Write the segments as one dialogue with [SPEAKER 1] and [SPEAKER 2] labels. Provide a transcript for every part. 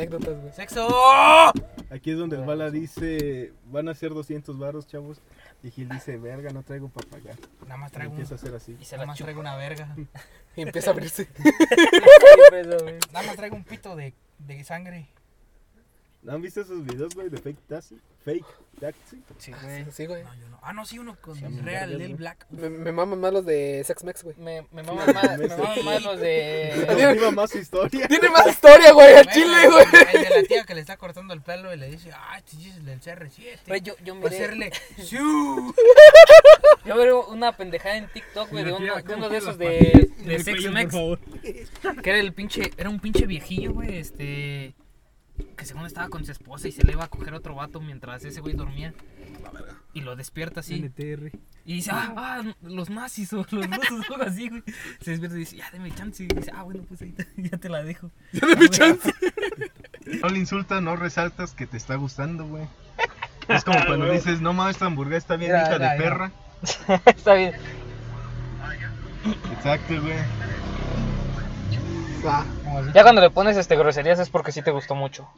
[SPEAKER 1] anécdotas, güey.
[SPEAKER 2] ¡Sexo!
[SPEAKER 3] Aquí es
[SPEAKER 2] Ah,
[SPEAKER 3] donde el bala dice, van a ser 200 varos, chavos. Y Gil dice, verga, no traigo para pagar.
[SPEAKER 2] Nada más
[SPEAKER 3] Y
[SPEAKER 2] traigo, un-
[SPEAKER 3] empieza a hacer así.
[SPEAKER 2] y se nada más traigo una verga.
[SPEAKER 1] Y empieza a abrirse.
[SPEAKER 2] Nada más traigo un pito de, de sangre.
[SPEAKER 3] ¿No han visto esos videos, güey, de fake taxi? Fake taxi.
[SPEAKER 2] Sí, güey.
[SPEAKER 1] Sí, güey.
[SPEAKER 2] No, yo no. Ah, no, sí, uno con
[SPEAKER 3] Sí, me
[SPEAKER 2] Real
[SPEAKER 3] verga,
[SPEAKER 2] Lil
[SPEAKER 3] güey.
[SPEAKER 2] Black.
[SPEAKER 1] Me, me maman más los de Sex Mex, güey.
[SPEAKER 4] Me, me maman más, me maman más los
[SPEAKER 3] Pero
[SPEAKER 4] de.
[SPEAKER 3] lleva más historia.
[SPEAKER 1] Tiene más historia, güey, al chile, güey.
[SPEAKER 2] El de la tía que le está cortando el pelo y le dice, ah, este es el del CR7.
[SPEAKER 4] Güey, yo, yo
[SPEAKER 2] Puede
[SPEAKER 4] miré,
[SPEAKER 2] serle. ¡Siu!
[SPEAKER 4] yo veo una pendejada en TikTok, güey, de
[SPEAKER 2] Mira,
[SPEAKER 4] uno,
[SPEAKER 2] tía,
[SPEAKER 4] de, uno
[SPEAKER 2] ¿cómo
[SPEAKER 4] de
[SPEAKER 2] quieres las
[SPEAKER 4] esos de,
[SPEAKER 2] pastillas?
[SPEAKER 4] de Sex Mex, que era el pinche, era un pinche viejillo, güey, este, que según estaba con su esposa y se le iba a coger otro vato mientras ese güey dormía, y lo despierta así,
[SPEAKER 2] NTR.
[SPEAKER 4] y dice, ah, ah, los nazis o los rusos o algo así, güey, se despierta y dice, ya, deme chance, y dice, ah, bueno, pues ahí te- ya te la dejo.
[SPEAKER 1] Ya de mi chance.
[SPEAKER 3] No le insultas, no resaltas que te está gustando, güey. Es como cuando dices, no mames, esta hamburguesa está bien
[SPEAKER 2] Ya, ya,
[SPEAKER 3] hija de
[SPEAKER 2] ya.
[SPEAKER 3] perra.
[SPEAKER 4] Está bien.
[SPEAKER 3] Exacto, güey.
[SPEAKER 4] Ya cuando le pones este groserías es porque sí te gustó mucho.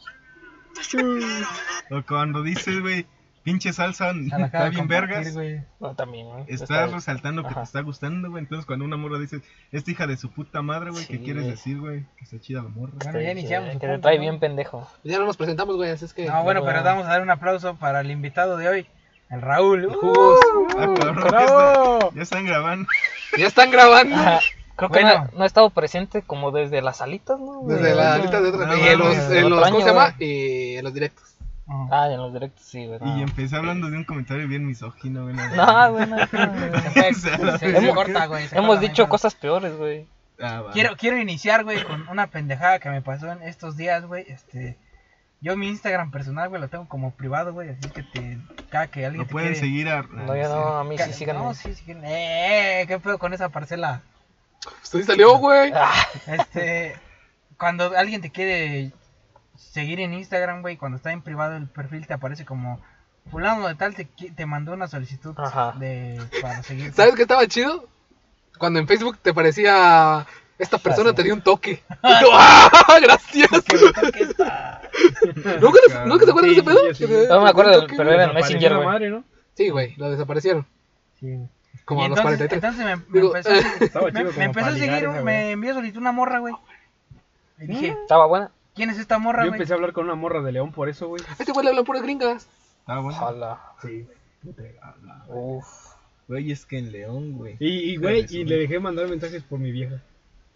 [SPEAKER 3] O cuando dices, güey, pinche salsa, está bien vergas.
[SPEAKER 4] No, también, güey.
[SPEAKER 3] Estás resaltando que
[SPEAKER 4] Ajá.
[SPEAKER 3] te está gustando, güey. Entonces, cuando una morra dice, esta hija de su puta madre, güey, ¿qué
[SPEAKER 4] Sí,
[SPEAKER 3] quieres
[SPEAKER 4] güey.
[SPEAKER 3] decir, güey? Que está chida la morra.
[SPEAKER 2] Bueno, ya iniciamos.
[SPEAKER 4] Que te
[SPEAKER 2] supongo,
[SPEAKER 4] trae
[SPEAKER 2] ¿no?
[SPEAKER 4] bien pendejo.
[SPEAKER 1] Ya no nos presentamos, güey, así es que.
[SPEAKER 2] No, bueno, pero vamos a dar un aplauso para el invitado de hoy, el Raúl. ¡Uh!
[SPEAKER 1] Jugos.
[SPEAKER 3] Ah,
[SPEAKER 4] Uh,
[SPEAKER 3] cabrón, ya,
[SPEAKER 2] ¡Bravo!
[SPEAKER 3] está- ya están grabando.
[SPEAKER 1] Ya están grabando.
[SPEAKER 4] Ajá. Ah, Creo que
[SPEAKER 2] Bueno.
[SPEAKER 4] no, no ha estado presente como desde las alitas, ¿no? güey?
[SPEAKER 1] Desde la lista de
[SPEAKER 3] No,
[SPEAKER 1] otras. Y en los,
[SPEAKER 3] mames,
[SPEAKER 1] en los ¿cómo
[SPEAKER 4] otro
[SPEAKER 1] se
[SPEAKER 4] año,
[SPEAKER 1] llama? Y en los directos.
[SPEAKER 2] Ajá.
[SPEAKER 4] Ah, en los directos sí, güey.
[SPEAKER 3] Y
[SPEAKER 5] Ah.
[SPEAKER 4] no.
[SPEAKER 3] empecé hablando de un comentario bien misógino, güey. nada más.
[SPEAKER 4] No, güey, no, no.
[SPEAKER 2] Se fue,
[SPEAKER 3] Se la
[SPEAKER 2] se- se
[SPEAKER 4] verga.
[SPEAKER 2] corta, güey, se
[SPEAKER 4] Hemos
[SPEAKER 2] corta, no
[SPEAKER 4] dicho
[SPEAKER 2] hay
[SPEAKER 4] cosas peores, güey.
[SPEAKER 3] Ah, va.
[SPEAKER 2] Quiero, quiero iniciar, güey, con una pendejada que me pasó en estos días, güey. Este, yo mi Instagram personal, güey, lo tengo como privado, güey. Así que te, cada que alguien
[SPEAKER 3] Lo
[SPEAKER 2] te
[SPEAKER 3] pueden
[SPEAKER 2] quiere-
[SPEAKER 3] seguir a. Ah,
[SPEAKER 4] No, ya no, a mí
[SPEAKER 2] ca-
[SPEAKER 4] sí, síganme.
[SPEAKER 2] No, sí, síganme. Eh, eh, ¿Qué pedo con esa parcela?
[SPEAKER 1] Usted Pues salió, güey.
[SPEAKER 4] Ah,
[SPEAKER 2] Este, cuando alguien te quiere seguir en Instagram, güey, cuando está en privado el perfil te aparece como fulano de tal te, qui- te mandó una solicitud
[SPEAKER 4] Ajá.
[SPEAKER 2] de para seguir.
[SPEAKER 1] ¿Sabes qué estaba chido? Cuando en Facebook te parecía. Esta persona
[SPEAKER 4] Gracias.
[SPEAKER 1] te dio un toque. Y tú, ¡Ah! Gracias. ¿Nunca, les-
[SPEAKER 3] Cabrón.
[SPEAKER 1] ¿Nunca te acuerdas de ese
[SPEAKER 5] Sí,
[SPEAKER 1] pedo?
[SPEAKER 5] sí,
[SPEAKER 1] Que te-
[SPEAKER 4] no me acuerdo,
[SPEAKER 1] un
[SPEAKER 4] del-
[SPEAKER 1] toque,
[SPEAKER 4] pero
[SPEAKER 1] güey.
[SPEAKER 4] era en Messenger,
[SPEAKER 5] Parecía
[SPEAKER 4] güey.
[SPEAKER 5] madre, ¿no?
[SPEAKER 1] Sí, güey, lo desaparecieron.
[SPEAKER 2] Sí, güey.
[SPEAKER 1] Como
[SPEAKER 2] Y
[SPEAKER 1] a los
[SPEAKER 2] entonces,
[SPEAKER 1] 43.
[SPEAKER 2] entonces me, me
[SPEAKER 1] Digo,
[SPEAKER 2] empezó, a seguir-
[SPEAKER 5] Estaba
[SPEAKER 2] me,
[SPEAKER 5] chido
[SPEAKER 2] me
[SPEAKER 5] como
[SPEAKER 2] empezó a
[SPEAKER 5] para ligar
[SPEAKER 2] seguir,
[SPEAKER 5] esa,
[SPEAKER 2] un-
[SPEAKER 5] güey.
[SPEAKER 2] me envió solicitud una morra, güey. Y dije,
[SPEAKER 4] Estaba buena.
[SPEAKER 2] ¿quién es esta morra,
[SPEAKER 5] Yo
[SPEAKER 2] güey?
[SPEAKER 5] empecé a hablar con una morra de León por eso, güey.
[SPEAKER 1] A Este güey le hablan puras gringas.
[SPEAKER 3] Ah, bueno.
[SPEAKER 4] Ojalá.
[SPEAKER 3] Sí.
[SPEAKER 4] Uf.
[SPEAKER 3] Güey, es que en León, güey.
[SPEAKER 5] Y, y, güey, y le dejé mandar mensajes por mi vieja.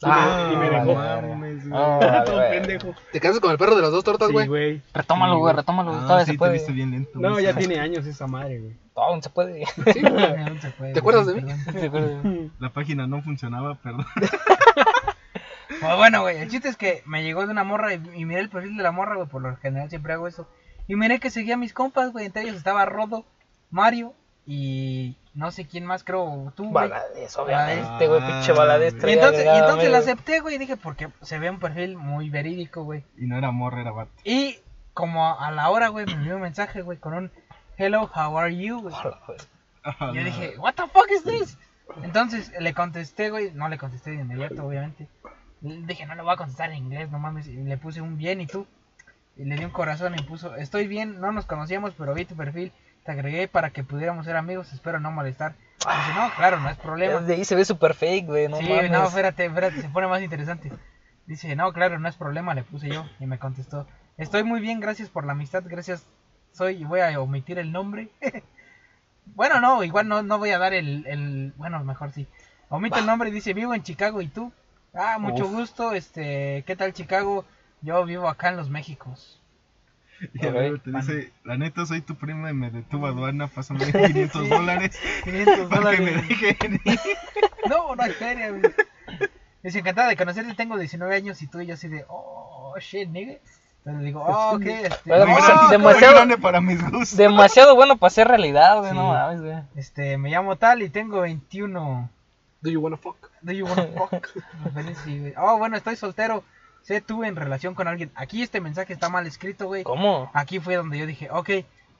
[SPEAKER 1] Ah,
[SPEAKER 5] y me dejó.
[SPEAKER 3] mames, güey.
[SPEAKER 4] Ah, vale,
[SPEAKER 5] Todo
[SPEAKER 4] güey.
[SPEAKER 5] pendejo.
[SPEAKER 1] Te casas con el perro de las dos
[SPEAKER 2] Pues,
[SPEAKER 1] tortas,
[SPEAKER 5] Sí,
[SPEAKER 1] güey.
[SPEAKER 5] güey.
[SPEAKER 4] Retómalo, güey, retómalo.
[SPEAKER 3] Ah,
[SPEAKER 4] todavía
[SPEAKER 3] sí,
[SPEAKER 4] se
[SPEAKER 3] te
[SPEAKER 4] puede.
[SPEAKER 3] viste bien lento.
[SPEAKER 5] No,
[SPEAKER 3] güey.
[SPEAKER 5] ya tiene años esa madre, güey.
[SPEAKER 4] Aún se puede.
[SPEAKER 1] Sí, güey. ¿Te acuerdas de mí?
[SPEAKER 4] ¿Te acuerdas?
[SPEAKER 3] La página no funcionaba, perdón.
[SPEAKER 2] Pues bueno, güey, el chiste es que me llegó de una morra y, y miré el perfil de la morra, güey, por lo general siempre hago eso. Y miré que seguía a mis compas, güey, entre ellos estaba Rodo, Mario y no sé quién más, creo tú, güey.
[SPEAKER 4] Baladez,
[SPEAKER 2] Baladez.
[SPEAKER 4] obviamente, güey, pinche baladez.
[SPEAKER 3] Y
[SPEAKER 2] Y
[SPEAKER 4] traía
[SPEAKER 2] Ah, entonces, y
[SPEAKER 4] agregado,
[SPEAKER 2] entonces la
[SPEAKER 4] güey.
[SPEAKER 2] acepté, güey, y dije, porque se ve un perfil muy verídico, güey.
[SPEAKER 3] Y no era morra, era vato.
[SPEAKER 2] Y como a, a la hora, güey, me envió un mensaje, güey, con un Hello, how are you, güey.
[SPEAKER 4] Ojalá, güey.
[SPEAKER 3] Ah,
[SPEAKER 2] Y yo
[SPEAKER 3] no.
[SPEAKER 2] dije, what the fuck is this? Entonces le contesté, güey, no le contesté de inmediato, obviamente. Le Dije, no le voy a contestar en inglés, no mames. Y le puse un bien y tú. Y le di un corazón y puso, estoy bien, no nos conocíamos, pero vi tu perfil, te agregué para que pudiéramos ser amigos, espero no molestar. Y Dije, no, claro, no es problema.
[SPEAKER 4] Desde ahí se ve super fake, güey, no
[SPEAKER 2] sí,
[SPEAKER 4] mames.
[SPEAKER 2] no, espérate, espérate, se pone más interesante. Dice, no, claro, no es problema, le puse yo. Y me contestó, estoy muy bien, gracias por la amistad, gracias, soy, y voy a omitir el nombre. bueno, no, igual no, no voy a dar el, el- bueno, mejor sí. Omito el nombre y dice, vivo en Chicago, ¿y tú? Ah, mucho gusto, este, ¿qué tal Chicago? Yo vivo acá en los Méxicos.
[SPEAKER 3] Y el
[SPEAKER 4] Ok.
[SPEAKER 3] güey te dice, la neta, soy tu prima y me detuvo aduana, pásame 500 dólares
[SPEAKER 2] 500
[SPEAKER 3] para que me
[SPEAKER 2] dólares.
[SPEAKER 3] dejen.
[SPEAKER 2] No, no hay feria, güey. Dice, encantada de conocerte, tengo 19 años y tú y yo así de, oh, shit, nigga. Entonces digo, oh, ok, este,
[SPEAKER 4] Pero
[SPEAKER 2] me
[SPEAKER 4] muy
[SPEAKER 2] llamo-
[SPEAKER 4] sal-
[SPEAKER 3] Muy
[SPEAKER 4] pues, demasiado-
[SPEAKER 3] grande para mis gustos.
[SPEAKER 4] Demasiado bueno para ser realidad, güey,
[SPEAKER 2] Sí.
[SPEAKER 4] no mames, güey.
[SPEAKER 2] este, me llamo tal y tengo 21.
[SPEAKER 1] Do you wanna fuck?
[SPEAKER 2] Do you wanna fuck? Referencia, güey. oh, bueno, estoy soltero. Sé tú en relación con alguien. Aquí este mensaje está mal escrito, güey.
[SPEAKER 4] ¿Cómo?
[SPEAKER 2] Aquí fue donde yo dije, ok,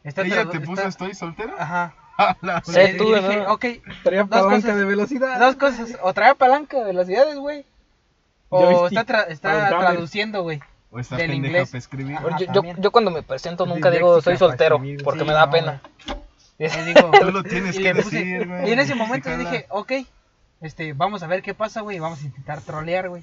[SPEAKER 2] está
[SPEAKER 3] Ella
[SPEAKER 2] tradu-
[SPEAKER 3] te puso, este
[SPEAKER 2] está-
[SPEAKER 3] estoy soltera.
[SPEAKER 2] Ajá.
[SPEAKER 3] A la
[SPEAKER 4] Sé
[SPEAKER 2] Y
[SPEAKER 4] tú,
[SPEAKER 2] dije,
[SPEAKER 4] ¿no?
[SPEAKER 2] ok,
[SPEAKER 5] Traía
[SPEAKER 2] Dos palanca cosas. de
[SPEAKER 5] velocidad.
[SPEAKER 2] dos cosas. O trae palanca de velocidades, güey. O
[SPEAKER 5] Joystick.
[SPEAKER 2] está, tra- está
[SPEAKER 5] Para un cambio.
[SPEAKER 2] traduciendo, güey.
[SPEAKER 3] O está
[SPEAKER 2] Del
[SPEAKER 3] pendeja
[SPEAKER 2] inglés.
[SPEAKER 3] para escribir.
[SPEAKER 4] Ah,
[SPEAKER 2] Ajá,
[SPEAKER 6] yo, yo,
[SPEAKER 2] también.
[SPEAKER 6] yo cuando me presento
[SPEAKER 5] Es
[SPEAKER 6] nunca digo soy
[SPEAKER 5] disléxica para
[SPEAKER 6] soltero,
[SPEAKER 5] escribir,
[SPEAKER 6] porque
[SPEAKER 2] Sí,
[SPEAKER 6] me da
[SPEAKER 2] no,
[SPEAKER 6] pena.
[SPEAKER 2] güey. Le digo-
[SPEAKER 3] Tú lo tienes
[SPEAKER 2] y
[SPEAKER 3] que
[SPEAKER 2] le puse-
[SPEAKER 3] decir, güey.
[SPEAKER 2] Y en ese
[SPEAKER 3] Tienes
[SPEAKER 2] momento
[SPEAKER 3] que
[SPEAKER 2] yo dije, ok, este, vamos a ver qué pasa, güey, vamos a intentar trolear, güey.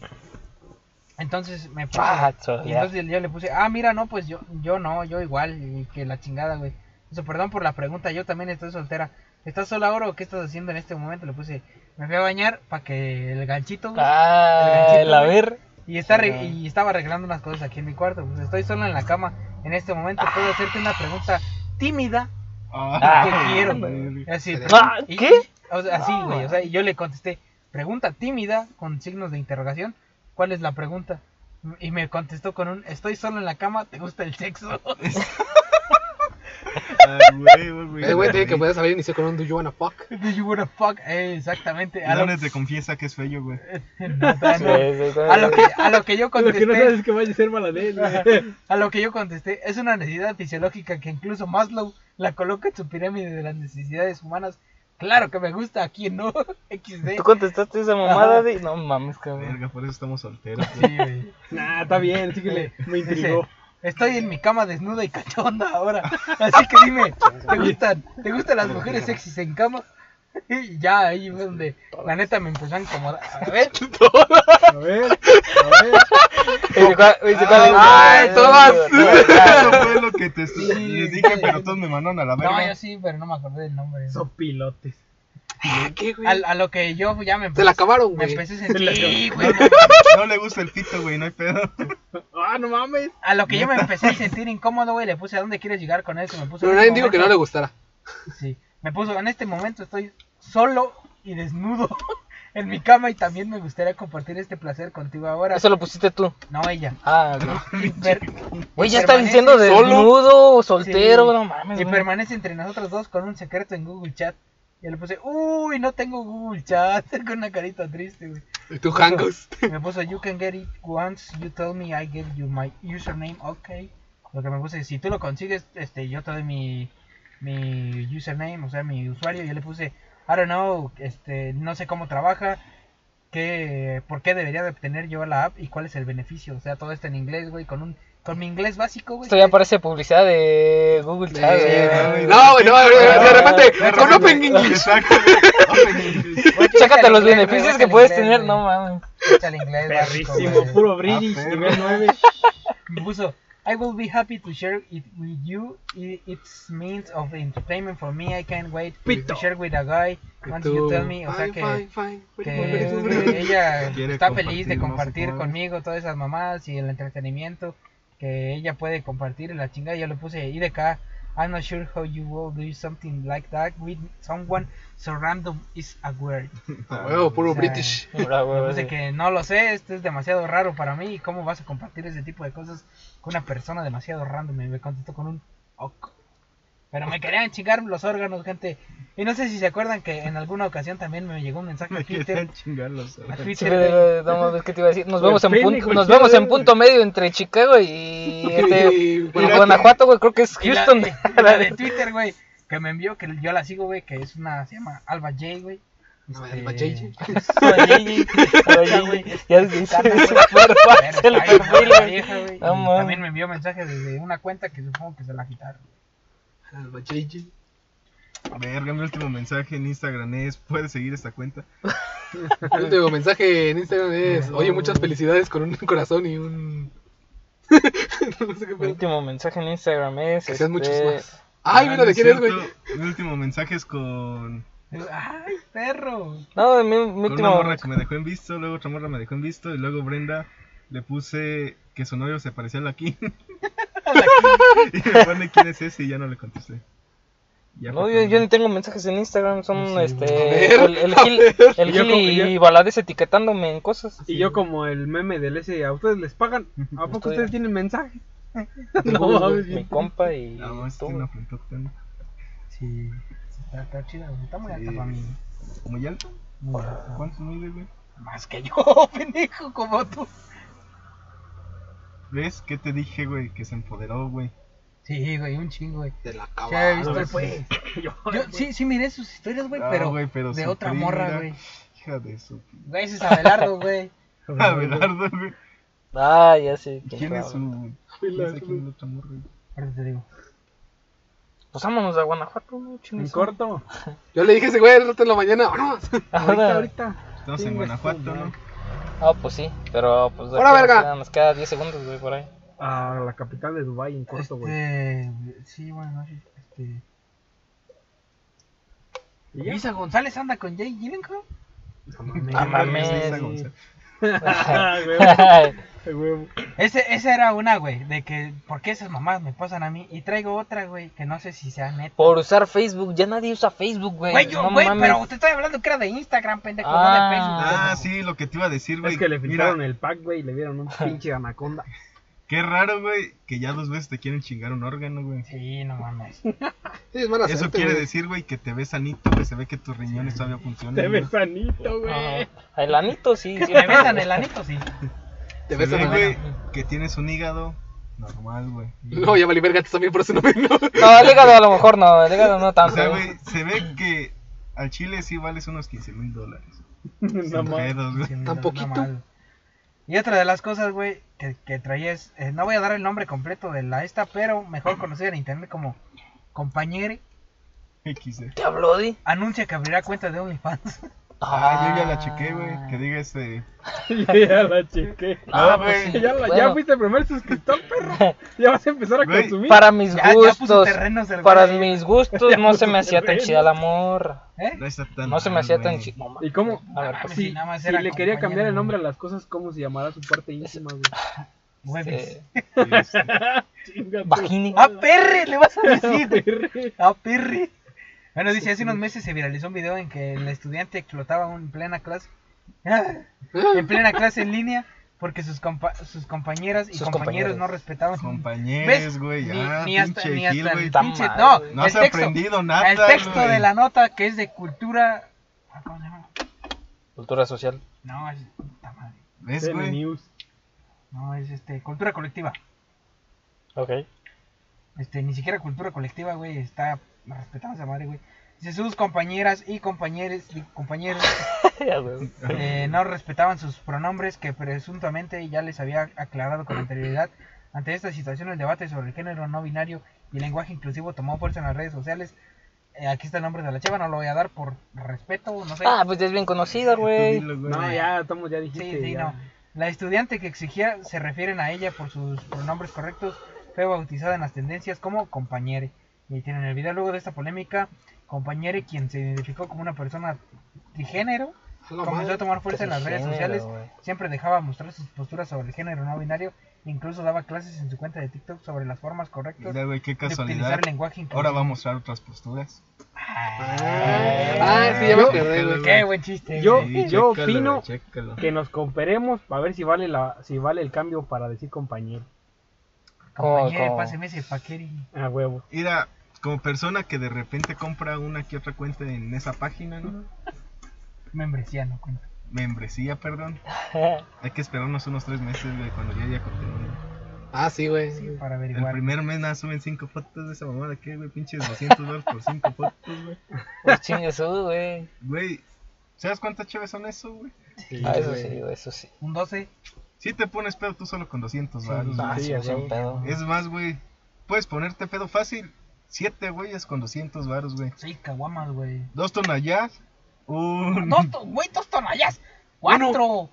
[SPEAKER 2] Entonces me puse,
[SPEAKER 6] Ah,
[SPEAKER 2] y
[SPEAKER 6] trolear.
[SPEAKER 2] entonces yo le puse, ah, mira, no, pues yo, yo no, yo igual, y que la chingada, güey. Dice, perdón por la pregunta, yo también estoy soltera. ¿Estás sola ahora o qué estás haciendo en este momento? Le puse, me fui a bañar para que el ganchito, güey,
[SPEAKER 6] Ah,
[SPEAKER 2] El ganchito,
[SPEAKER 6] el a
[SPEAKER 2] güey.
[SPEAKER 6] ver.
[SPEAKER 2] y, está arre- y estaba arreglando unas cosas aquí en mi cuarto. Pues estoy sola en la cama en este momento.
[SPEAKER 6] Ah.
[SPEAKER 2] Puedo hacerte una pregunta tímida
[SPEAKER 3] Ah,
[SPEAKER 2] que quiero.
[SPEAKER 3] güey.
[SPEAKER 2] Así,
[SPEAKER 1] Ah,
[SPEAKER 2] pregun- y-
[SPEAKER 6] ¿qué?
[SPEAKER 2] y- o sea, así, güey. O sea, y yo le contesté, pregunta tímida con signos de interrogación. ¿Cuál es la pregunta? Y me contestó con un, estoy solo en la cama, ¿te gusta el sexo?
[SPEAKER 3] Ah, güey, güey, güey.
[SPEAKER 1] Ese Eh, güey te dije que podías haber iniciado con un Do You Wanna Fuck.
[SPEAKER 2] Do you wanna fuck? Eh, exactamente. A lo,
[SPEAKER 3] Dale, te confiesa que es feo, güey.
[SPEAKER 1] Eh.
[SPEAKER 2] No, todavía no.
[SPEAKER 6] Sí, sí, sí.
[SPEAKER 2] A lo que, a lo que yo
[SPEAKER 5] Lo que no
[SPEAKER 2] contesté,
[SPEAKER 5] sabes es que vaya a ser Maladés, güey.
[SPEAKER 2] a lo que yo contesté, es una necesidad fisiológica que incluso Maslow la coloca en su pirámide de las necesidades humanas. Claro que me gusta, ¿a quién no? XD.
[SPEAKER 6] ¿Tú contestaste esa
[SPEAKER 2] Ajá.
[SPEAKER 6] mamada? De... No mames, cabrón.
[SPEAKER 3] Verga, por eso estamos solteros. güey.
[SPEAKER 2] Sí, güey.
[SPEAKER 5] Nah, está bien, síguele. Me
[SPEAKER 2] Dice,
[SPEAKER 5] intrigó.
[SPEAKER 2] estoy en mi cama desnuda y cachonda ahora. Así que dime, ¿te gustan, ¿te gustan las mujeres sexys en cama? Y ya ahí fue donde la neta me empezó a incomodar. A ver,
[SPEAKER 5] A ver, a ver.
[SPEAKER 6] Dice, ¿cuál-
[SPEAKER 2] Ah,
[SPEAKER 6] dice, ¿cuál es?
[SPEAKER 1] Ay, todas.
[SPEAKER 3] Eso fue lo que te les dije,
[SPEAKER 2] sí.
[SPEAKER 3] pero todos me mandaron a la
[SPEAKER 2] no, yo
[SPEAKER 3] verga.
[SPEAKER 2] sí, pero no me acordé del nombre.
[SPEAKER 5] Son pilotes.
[SPEAKER 1] ¿Qué, güey?
[SPEAKER 2] A, a lo que yo ya me
[SPEAKER 1] Se la
[SPEAKER 2] empecé,
[SPEAKER 1] acabaron,
[SPEAKER 2] me
[SPEAKER 1] güey.
[SPEAKER 2] empecé a sentir. Sí, güey.
[SPEAKER 3] No le gusta el pito, güey, no hay pedo.
[SPEAKER 5] Ah, no mames.
[SPEAKER 2] A lo que yo me empecé a sentir incómodo, güey, le puse a dónde quieres llegar con eso. Me puso
[SPEAKER 1] Pero
[SPEAKER 2] "En
[SPEAKER 1] nadie
[SPEAKER 2] este
[SPEAKER 1] dijo que no le
[SPEAKER 2] momento-
[SPEAKER 1] gustara.
[SPEAKER 2] Sí, me puso, en este momento estoy solo y desnudo en mi cama y también me gustaría compartir este placer contigo ahora.
[SPEAKER 6] Eso lo pusiste tú.
[SPEAKER 2] No ella.
[SPEAKER 6] Ah, güey.
[SPEAKER 2] Per-
[SPEAKER 6] Güey,
[SPEAKER 2] y
[SPEAKER 6] ya está
[SPEAKER 2] permanece-
[SPEAKER 6] diciendo desnudo, soltero,
[SPEAKER 2] Sí.
[SPEAKER 6] no mames.
[SPEAKER 2] Y
[SPEAKER 6] güey.
[SPEAKER 2] permanece entre nosotros dos con un secreto en Google Chat. Y le puse, uy, no tengo Google Chat. Con una carita triste, güey.
[SPEAKER 1] Y tú, Hangos.
[SPEAKER 2] Me puso, you can get it once you tell me I give you my username, ok. Lo que me puse, si tú lo consigues, este, yo te doy mi, mi username, o sea, mi usuario. Yo le puse, I don't know, este, no sé cómo trabaja, qué, por qué debería de obtener yo la app y cuál es el beneficio. O sea, todo esto en inglés, güey, con un, con mi inglés básico, güey.
[SPEAKER 6] Esto ya parece publicidad de Google Chat. güey.
[SPEAKER 1] No, güey, no, güey, de repente, con Open English.
[SPEAKER 3] Exacto. Open English.
[SPEAKER 6] Chécate
[SPEAKER 2] Échale
[SPEAKER 6] los
[SPEAKER 2] inglés,
[SPEAKER 6] beneficios
[SPEAKER 2] güey,
[SPEAKER 6] que
[SPEAKER 2] échale
[SPEAKER 6] puedes
[SPEAKER 2] inglés,
[SPEAKER 6] tener,
[SPEAKER 2] güey.
[SPEAKER 6] no mames.
[SPEAKER 2] Échale inglés básico,
[SPEAKER 5] Perrísimo,
[SPEAKER 2] güey. Ah,
[SPEAKER 5] puro brillis.
[SPEAKER 3] Ah,
[SPEAKER 5] Nivel 9.
[SPEAKER 2] Me puso, I will be happy to share it with you. I- It's means of entertainment for me. I can't wait
[SPEAKER 5] Pito.
[SPEAKER 2] to share with a guy.
[SPEAKER 1] Y
[SPEAKER 2] Once you
[SPEAKER 1] tú,
[SPEAKER 2] tell me, o sea
[SPEAKER 1] fine,
[SPEAKER 2] que,
[SPEAKER 1] fine, fine.
[SPEAKER 2] que ella
[SPEAKER 3] Quiere
[SPEAKER 2] está feliz de
[SPEAKER 3] compartir, no sé
[SPEAKER 2] compartir
[SPEAKER 3] cómo es.
[SPEAKER 2] conmigo todas esas mamadas y el entretenimiento que ella puede compartir. y La chingada, yo le puse IDK. I'm not sure how you will do something like that with someone so random is a word.
[SPEAKER 1] A huevo, puro
[SPEAKER 2] O sea,
[SPEAKER 1] British.
[SPEAKER 6] Bravo,
[SPEAKER 2] Me
[SPEAKER 6] güey.
[SPEAKER 2] puse Pues que no lo sé, esto es demasiado raro para mí. ¿y ¿Cómo vas a compartir ese tipo de cosas con una persona demasiado random? Y me contestó con un ok. Pero me querían chingar los órganos, gente. Y no sé si se acuerdan que en alguna ocasión también me llegó un mensaje a
[SPEAKER 3] Me
[SPEAKER 2] Twitter.
[SPEAKER 3] quieren chingar los
[SPEAKER 2] A
[SPEAKER 3] ojos.
[SPEAKER 6] Sí,
[SPEAKER 2] Twitter
[SPEAKER 6] güey,
[SPEAKER 2] güey.
[SPEAKER 6] güey, no mames, ¿qué te iba a decir? Nos vemos, en
[SPEAKER 5] Pene,
[SPEAKER 6] punto,
[SPEAKER 5] güey,
[SPEAKER 6] nos
[SPEAKER 5] sí,
[SPEAKER 6] vemos en
[SPEAKER 5] güey.
[SPEAKER 6] punto medio entre Chicago y, este,
[SPEAKER 1] Y,
[SPEAKER 6] y
[SPEAKER 1] bueno,
[SPEAKER 6] Guanajuato, güey, creo que es
[SPEAKER 2] Y la-
[SPEAKER 6] Houston.
[SPEAKER 2] y la, de Twitter, güey. Que me envió, que yo la sigo, güey. Que es una, se llama Alba J, güey.
[SPEAKER 1] No,
[SPEAKER 2] Este,
[SPEAKER 1] Alba J.
[SPEAKER 6] Soy Gigi, soy
[SPEAKER 2] Ya,
[SPEAKER 6] Gigi.
[SPEAKER 2] güey.
[SPEAKER 6] Ya se hizo
[SPEAKER 2] Carta, güey.
[SPEAKER 6] súper
[SPEAKER 2] Pero
[SPEAKER 6] fácil el
[SPEAKER 2] está bien,
[SPEAKER 6] perfil,
[SPEAKER 2] la
[SPEAKER 6] güey.
[SPEAKER 2] vieja, güey.
[SPEAKER 6] No
[SPEAKER 2] Y
[SPEAKER 6] mames.
[SPEAKER 2] También me envió mensajes desde una cuenta que supongo que se la quitaron.
[SPEAKER 1] Alba J.
[SPEAKER 3] Verga, mi último mensaje en Instagram es: ¿Puedes seguir esta cuenta?
[SPEAKER 1] El último mensaje en Instagram es: Oye, muchas felicidades con un corazón y un. no sé qué
[SPEAKER 6] Mi
[SPEAKER 1] pedo.
[SPEAKER 6] último mensaje en Instagram es.
[SPEAKER 1] Que sean muchos
[SPEAKER 6] este,
[SPEAKER 1] más. Ay,
[SPEAKER 3] Ah,
[SPEAKER 1] mira,
[SPEAKER 3] no
[SPEAKER 1] ¿de
[SPEAKER 3] es
[SPEAKER 1] quién es, güey?
[SPEAKER 3] cierto, Mi último mensaje es con,
[SPEAKER 2] Digo, ¡Ay, perro!
[SPEAKER 6] No, mi, mi
[SPEAKER 3] con una
[SPEAKER 6] último.
[SPEAKER 3] morra que me dejó en visto, luego otra morra me dejó en visto, y luego Brenda le puse que su novio se parecía a la Kim. y me pone quién es ese y ya no le contesté. Ya
[SPEAKER 6] No,
[SPEAKER 3] fue
[SPEAKER 6] yo,
[SPEAKER 3] todo.
[SPEAKER 6] yo ni tengo mensajes en Instagram, son
[SPEAKER 2] Sí, güey.
[SPEAKER 6] este.
[SPEAKER 1] A ver,
[SPEAKER 6] el, el
[SPEAKER 1] a
[SPEAKER 6] Gil,
[SPEAKER 1] ver.
[SPEAKER 6] el
[SPEAKER 5] Y yo
[SPEAKER 6] Gil
[SPEAKER 5] como-
[SPEAKER 6] y,
[SPEAKER 5] y yo-
[SPEAKER 6] Balades etiquetándome en cosas.
[SPEAKER 5] Y yo como el meme del ese, ¿a ustedes les pagan? ¿A poco
[SPEAKER 6] Estoy-
[SPEAKER 5] ustedes tienen mensaje?
[SPEAKER 6] Tú,
[SPEAKER 5] No, mames,
[SPEAKER 6] mi
[SPEAKER 5] bien.
[SPEAKER 6] compa y.
[SPEAKER 3] "Ah, No, es
[SPEAKER 6] tú.
[SPEAKER 3] una afrentota, ¿no?
[SPEAKER 2] Sí, sí, está, está chido, güey. está muy
[SPEAKER 3] Sí.
[SPEAKER 2] alta para mí.
[SPEAKER 3] ¿Muy alto?
[SPEAKER 2] Muy alta.
[SPEAKER 3] ¿Cuántos mide, güey?
[SPEAKER 2] Más que yo, pendejo, como tú.
[SPEAKER 3] ¿Ves? ¿Qué te dije, güey? Que se empoderó, güey.
[SPEAKER 2] Sí, güey, un chingo, güey.
[SPEAKER 1] De la
[SPEAKER 2] Sí, he
[SPEAKER 1] cama.
[SPEAKER 2] visto,
[SPEAKER 3] güey.
[SPEAKER 2] pues.
[SPEAKER 5] Yo,
[SPEAKER 2] Yo sí, sí miré sus historias, güey,
[SPEAKER 3] Ah,
[SPEAKER 2] pero,
[SPEAKER 3] güey, pero
[SPEAKER 2] de
[SPEAKER 3] su
[SPEAKER 2] otra
[SPEAKER 3] prima.
[SPEAKER 2] morra, güey.
[SPEAKER 3] Hija de su.
[SPEAKER 2] Güey, ese es Abelardo, güey.
[SPEAKER 3] Abelardo, güey.
[SPEAKER 4] Ah, ya sé. quién
[SPEAKER 3] ¿Quién es
[SPEAKER 4] estaba.
[SPEAKER 3] su.? ¿Quién es aquí el otro morro?
[SPEAKER 2] Ahorita te digo.
[SPEAKER 4] Pues vámonos a Guanajuato, ¿no? Chingue
[SPEAKER 5] En
[SPEAKER 4] su-
[SPEAKER 5] corto.
[SPEAKER 1] Yo le dije a ese güey, el rato en la mañana, vámonos.
[SPEAKER 4] Ahora-
[SPEAKER 5] Ahorita, ahorita.
[SPEAKER 3] Estamos en
[SPEAKER 5] Chingue su
[SPEAKER 3] Guanajuato, ¿no?
[SPEAKER 5] madre.
[SPEAKER 4] Ah, pues sí, pero pues.
[SPEAKER 1] ¡Hora,
[SPEAKER 4] aquí
[SPEAKER 1] verga!
[SPEAKER 4] Nos queda 10 segundos, güey, por ahí.
[SPEAKER 5] A la capital de Dubái en corto, güey.
[SPEAKER 2] Este. Sí, buenas noches. Este.
[SPEAKER 5] ¿Y ya?
[SPEAKER 2] Luisa González anda con Jay Gyllenhaal.
[SPEAKER 4] Ah, mames.
[SPEAKER 3] Lisa González.
[SPEAKER 5] Ah, güey, güey, güey.
[SPEAKER 2] Ese, esa era una, güey, de que, ¿por qué esas mamás me pasan a mí? Y traigo otra, güey, que no sé si sea neta.
[SPEAKER 4] Por usar Facebook, ya nadie usa Facebook, güey.
[SPEAKER 2] Güey, yo,
[SPEAKER 4] no
[SPEAKER 2] güey,
[SPEAKER 4] mames.
[SPEAKER 2] pero te estoy hablando que era de Instagram, pendejo, no
[SPEAKER 4] Ah.
[SPEAKER 2] de Facebook.
[SPEAKER 3] Ah, sí, lo que te iba a decir, güey.
[SPEAKER 5] Es que le
[SPEAKER 3] Mira,
[SPEAKER 5] filtraron el pack, güey, y le dieron un pinche anaconda.
[SPEAKER 3] Qué raro, güey, que ya dos veces te quieren chingar un órgano, güey.
[SPEAKER 2] Sí, no mames.
[SPEAKER 1] Sí, es mala
[SPEAKER 3] Eso
[SPEAKER 1] suerte,
[SPEAKER 3] quiere
[SPEAKER 1] güey.
[SPEAKER 3] decir, güey, que te ves sanito, güey. Se ve que tus riñones todavía funcionan.
[SPEAKER 5] Te
[SPEAKER 3] güey.
[SPEAKER 5] ves sanito, güey.
[SPEAKER 4] Ajá. El anito, sí. sí
[SPEAKER 2] Me besan el anito, sí.
[SPEAKER 1] Te
[SPEAKER 3] Se
[SPEAKER 1] ves
[SPEAKER 3] ve,
[SPEAKER 1] a
[SPEAKER 3] güey, que tienes un hígado normal, güey.
[SPEAKER 1] No, ya valí verga, tú también por eso no me no.
[SPEAKER 4] No, el hígado a lo mejor no, el hígado no
[SPEAKER 3] O
[SPEAKER 4] tanto.
[SPEAKER 3] sea, güey, se ve que al chile sí vales unos 15 mil dólares.
[SPEAKER 5] No
[SPEAKER 3] Sin
[SPEAKER 5] mames.
[SPEAKER 3] pedos, güey.
[SPEAKER 2] Sí, no,
[SPEAKER 1] Tan
[SPEAKER 2] no
[SPEAKER 1] poquito.
[SPEAKER 2] mal. Y otra de las cosas, güey, que, que traía es, eh, no voy a dar el nombre completo de la esta, pero mejor conocida en internet como Compañere,
[SPEAKER 3] XD.
[SPEAKER 4] ¿Te habló, Di?
[SPEAKER 2] anuncia que abrirá cuenta de OnlyFans.
[SPEAKER 3] Ah, yo ya la chequé, güey.
[SPEAKER 2] Ah.
[SPEAKER 3] Que diga este.
[SPEAKER 5] Ya la chequé.
[SPEAKER 4] Ah,
[SPEAKER 3] Ah,
[SPEAKER 4] pues
[SPEAKER 3] güey.
[SPEAKER 4] sí.
[SPEAKER 5] Ya, la- ya
[SPEAKER 4] Bueno.
[SPEAKER 5] fuiste el primer suscriptor, perro. Ya vas a empezar a
[SPEAKER 3] Güey.
[SPEAKER 5] consumir.
[SPEAKER 4] Para mis
[SPEAKER 2] Ya- ya puso
[SPEAKER 4] gustos,
[SPEAKER 2] terrenos el
[SPEAKER 4] para
[SPEAKER 2] güey.
[SPEAKER 4] mis gustos no se me hacía tan
[SPEAKER 5] terrenos.
[SPEAKER 4] chida la morra.
[SPEAKER 2] ¿Eh?
[SPEAKER 3] No está tan.
[SPEAKER 4] No se me
[SPEAKER 3] mal,
[SPEAKER 4] hacía
[SPEAKER 3] güey.
[SPEAKER 4] tan chida. no, ma-
[SPEAKER 5] ¿Y cómo?
[SPEAKER 4] A ver,
[SPEAKER 2] mames,
[SPEAKER 4] pues,
[SPEAKER 5] Si,
[SPEAKER 2] si nada más
[SPEAKER 5] si
[SPEAKER 2] era
[SPEAKER 5] le quería
[SPEAKER 2] compañero,
[SPEAKER 5] cambiar el
[SPEAKER 2] güey.
[SPEAKER 5] nombre a las cosas, ¿cómo se llamará su parte íntima, güey?
[SPEAKER 3] pues,
[SPEAKER 2] Hueves.
[SPEAKER 4] eh,
[SPEAKER 3] Este,
[SPEAKER 5] Chinga tu
[SPEAKER 4] vagine.
[SPEAKER 2] ¡Ah, perre! Le vas a decir, güey.
[SPEAKER 5] perre.
[SPEAKER 2] ¡Ah, perre! Bueno, dice, hace unos meses se viralizó un video en que el estudiante explotaba un- en plena clase. en plena clase en línea, porque sus, compa- sus compañeras y
[SPEAKER 4] Sus
[SPEAKER 2] compañeros,
[SPEAKER 4] compañeros.
[SPEAKER 2] no respetaban.
[SPEAKER 3] Compañeros, güey.
[SPEAKER 2] Ni,
[SPEAKER 3] Ya,
[SPEAKER 2] ni hasta,
[SPEAKER 3] pinche
[SPEAKER 2] ni hasta
[SPEAKER 3] Gil,
[SPEAKER 2] el
[SPEAKER 3] güey.
[SPEAKER 4] Ta
[SPEAKER 2] pinche-
[SPEAKER 4] madre,
[SPEAKER 2] No,
[SPEAKER 4] güey.
[SPEAKER 3] No
[SPEAKER 2] el
[SPEAKER 3] has
[SPEAKER 2] texto,
[SPEAKER 3] aprendido nada.
[SPEAKER 2] el texto
[SPEAKER 3] güey.
[SPEAKER 2] de la nota que es de cultura. ah, ¿Cómo se llama?
[SPEAKER 4] Cultura social.
[SPEAKER 2] No, es. puta madre.
[SPEAKER 3] ¿Ves,
[SPEAKER 5] Tele
[SPEAKER 3] güey?
[SPEAKER 5] News.
[SPEAKER 2] No, es este. Cultura colectiva.
[SPEAKER 4] Ok.
[SPEAKER 2] Este, ni siquiera cultura colectiva, güey, está respetamos esa madre, güey. Dice, sus compañeras y compañeros, y compañeros
[SPEAKER 4] Ya, güey.
[SPEAKER 2] eh, no respetaban sus pronombres que presuntamente ya les había aclarado con anterioridad. Ante esta situación, el debate sobre el género no binario y el lenguaje inclusivo tomó fuerza en las redes sociales. Eh, aquí está el nombre de la chava, no lo voy a dar por respeto, no sé.
[SPEAKER 4] Ah, pues ya es bien conocida, güey.
[SPEAKER 3] Dilo, güey.
[SPEAKER 5] No, ya, estamos, ya dijiste.
[SPEAKER 2] Sí, sí,
[SPEAKER 5] ya.
[SPEAKER 2] no. La estudiante que exigía se refieren a ella por sus pronombres correctos. Fue bautizada en las tendencias como compañere. Y ahí tienen el video luego de esta polémica. Compañere, quien se identificó como una persona digénero,
[SPEAKER 1] A la
[SPEAKER 2] comenzó a
[SPEAKER 1] madre.
[SPEAKER 2] tomar fuerza en las redes
[SPEAKER 4] Género,
[SPEAKER 2] sociales.
[SPEAKER 4] güey.
[SPEAKER 2] Siempre dejaba mostrar sus posturas sobre el género no binario. Incluso daba clases en su cuenta de TikTok sobre las formas correctas
[SPEAKER 3] Mira, güey, qué
[SPEAKER 2] de utilizar
[SPEAKER 3] casualidad.
[SPEAKER 2] el lenguaje inclusivo.
[SPEAKER 3] Ahora va a mostrar otras posturas.
[SPEAKER 1] Ah, sí, ya me acordé, güey.
[SPEAKER 2] Qué buen chiste.
[SPEAKER 5] Yo-
[SPEAKER 2] güey.
[SPEAKER 5] yo opino Que nos comparemos para ver si vale la si vale el cambio para decir compañero.
[SPEAKER 4] ¿Cómo,
[SPEAKER 2] Compañere,
[SPEAKER 4] cómo?
[SPEAKER 2] páseme ese paquete.
[SPEAKER 5] A huevo.
[SPEAKER 3] Mira, como persona que de repente compra una que otra cuenta en esa página, ¿no?
[SPEAKER 2] Membresía, no cuenta.
[SPEAKER 3] Membresía, perdón. Hay que esperarnos unos tres meses, güey, cuando ya haya contenido.
[SPEAKER 1] Ah, sí, güey.
[SPEAKER 2] Sí, para
[SPEAKER 3] El
[SPEAKER 2] averiguar.
[SPEAKER 3] primer mes nada suben cinco fotos de esa mamada, ¿qué, güey? Pinches 200 dólares por cinco fotos, güey.
[SPEAKER 4] Pues chingue su, güey.
[SPEAKER 3] Güey, ¿sabes cuántas chaves son eso, güey?
[SPEAKER 4] Ah, eso sí, güey, eso sí.
[SPEAKER 2] Un 12.
[SPEAKER 3] Si te pones pedo tú solo con 200 baros,
[SPEAKER 4] Ah,
[SPEAKER 3] güey.
[SPEAKER 4] sí,
[SPEAKER 5] a
[SPEAKER 4] es un
[SPEAKER 5] huevo.
[SPEAKER 4] pedo.
[SPEAKER 3] Es más, güey, puedes ponerte pedo fácil. Siete güeyes con 200 baros, güey.
[SPEAKER 2] 6 caguamas, güey.
[SPEAKER 3] Dos tonallas, un...
[SPEAKER 2] Dos, to- güey, dos tonallas. Cuatro.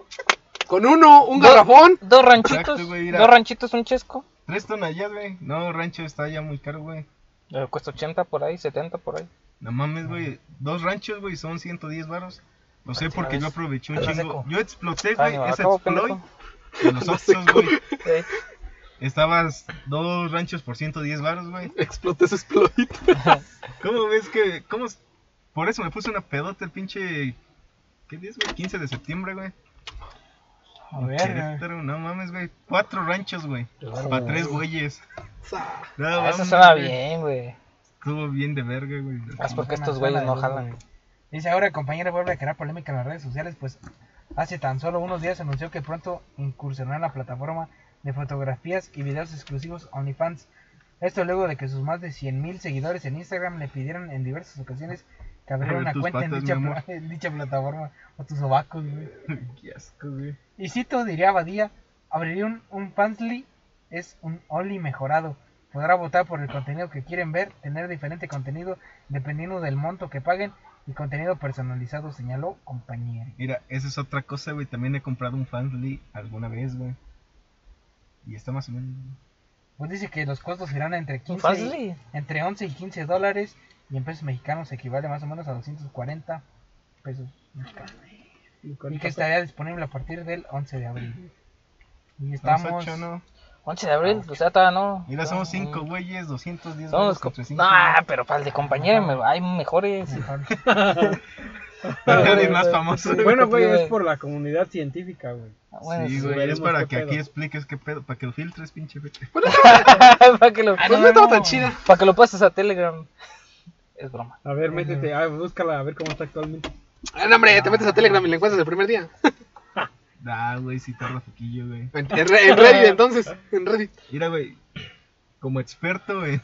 [SPEAKER 1] Con uno, un
[SPEAKER 4] No.
[SPEAKER 1] garrafón.
[SPEAKER 4] Dos ranchitos,
[SPEAKER 3] Exacto, güey, mira.
[SPEAKER 4] dos ranchitos, un chesco.
[SPEAKER 3] Tres tonallas, güey. No, rancho está ya muy caro, güey.
[SPEAKER 4] Eh, Cuesta 80 por ahí, 70 por ahí.
[SPEAKER 3] No mames, güey. Dos ranchos, güey, son 110 baros. Lo sé
[SPEAKER 4] Así
[SPEAKER 3] porque
[SPEAKER 4] es.
[SPEAKER 3] yo aproveché un
[SPEAKER 4] Hazlo
[SPEAKER 3] chingo.
[SPEAKER 4] seco.
[SPEAKER 3] Yo exploté,
[SPEAKER 4] Ah,
[SPEAKER 3] güey,
[SPEAKER 4] no,
[SPEAKER 3] ese
[SPEAKER 4] acabo,
[SPEAKER 3] exploit
[SPEAKER 4] pendejo.
[SPEAKER 3] de los Oxxos, güey.
[SPEAKER 4] Eh,
[SPEAKER 3] Estabas dos ranchos por 110 baros, güey.
[SPEAKER 1] Exploté su exploit.
[SPEAKER 3] ¿Cómo ves que.? ¿Cómo.? s- Por eso me puse una pedota el pinche. ¿Qué día es, güey? 15 de septiembre, güey.
[SPEAKER 2] A
[SPEAKER 3] En
[SPEAKER 2] ver.
[SPEAKER 3] Querétaro, no mames, güey. Cuatro ranchos, güey. Para tres güeyes.
[SPEAKER 1] Sa-
[SPEAKER 3] No,
[SPEAKER 4] ah, eso
[SPEAKER 3] mames,
[SPEAKER 4] suena
[SPEAKER 3] güey.
[SPEAKER 4] bien, güey.
[SPEAKER 3] Estuvo bien de verga, güey.
[SPEAKER 4] Más Pues porque
[SPEAKER 2] Una
[SPEAKER 4] estos güeyes
[SPEAKER 2] sala
[SPEAKER 4] no
[SPEAKER 2] de
[SPEAKER 4] jalan.
[SPEAKER 2] Dice ahora, compañero, vuelve a crear polémica en las redes sociales, pues hace tan solo unos días anunció que pronto incursionará en la plataforma de fotografías y videos exclusivos OnlyFans. Esto luego de que sus más de 100.000 seguidores en Instagram le pidieron en diversas ocasiones que abriera
[SPEAKER 3] Abre
[SPEAKER 2] una
[SPEAKER 3] tus
[SPEAKER 2] cuenta en,
[SPEAKER 3] patas,
[SPEAKER 2] dicha,
[SPEAKER 3] mi
[SPEAKER 2] pla-
[SPEAKER 3] amor.
[SPEAKER 2] en dicha plataforma. O tus sobacos, güey.
[SPEAKER 3] Qué asco, güey.
[SPEAKER 2] Y cito, diría Badía, abriría un, un Fansly es un Only mejorado. Podrá votar por el contenido que quieren ver, tener diferente contenido dependiendo del monto que paguen y contenido personalizado, señaló compañía.
[SPEAKER 3] Mira, esa es otra cosa, güey. También he comprado un Fansly alguna vez, güey. Y está más o menos.
[SPEAKER 2] Pues dice que los costos serán entre 15 y-
[SPEAKER 4] Fácil.
[SPEAKER 2] entre 11 y 15 dólares y en pesos mexicanos equivale más o menos a 240 pesos mexicanos. Y que estaría disponible a partir del 11 de abril. Y
[SPEAKER 3] Somos
[SPEAKER 2] estamos...
[SPEAKER 3] ocho, ¿no?
[SPEAKER 4] 11 de abril, o sea, todavía no.
[SPEAKER 3] Mira, somos
[SPEAKER 4] Todavía no.
[SPEAKER 3] 5 güeyes, 210
[SPEAKER 4] Somos
[SPEAKER 3] dólares
[SPEAKER 4] co-
[SPEAKER 3] contra 5.
[SPEAKER 4] Ah, pero para el de compañero me- hay mejores.
[SPEAKER 2] mejor.
[SPEAKER 3] Alguien más famoso.
[SPEAKER 5] Bueno, güey,
[SPEAKER 4] Güey.
[SPEAKER 5] es por la comunidad científica, güey.
[SPEAKER 4] Ah, Bueno,
[SPEAKER 3] sí,
[SPEAKER 4] sí.
[SPEAKER 3] güey, es
[SPEAKER 5] veremos
[SPEAKER 3] para
[SPEAKER 5] qué
[SPEAKER 3] que
[SPEAKER 5] pedo.
[SPEAKER 3] aquí expliques qué pedo, para que lo filtres, pinche vete.
[SPEAKER 4] para que lo,
[SPEAKER 1] Pues
[SPEAKER 2] Ah, no, no estaba tan chida.
[SPEAKER 4] para que lo pases a Telegram. Es broma.
[SPEAKER 5] A ver, métete, ah, búscala a ver cómo está actualmente.
[SPEAKER 1] Ah, no, hombre, te metes a Telegram y la encuentras el primer día.
[SPEAKER 3] Ah, güey, sí tarda poquillo, güey.
[SPEAKER 1] En, en Re- en Reddit, entonces. En Reddit.
[SPEAKER 3] Mira, güey, como experto en,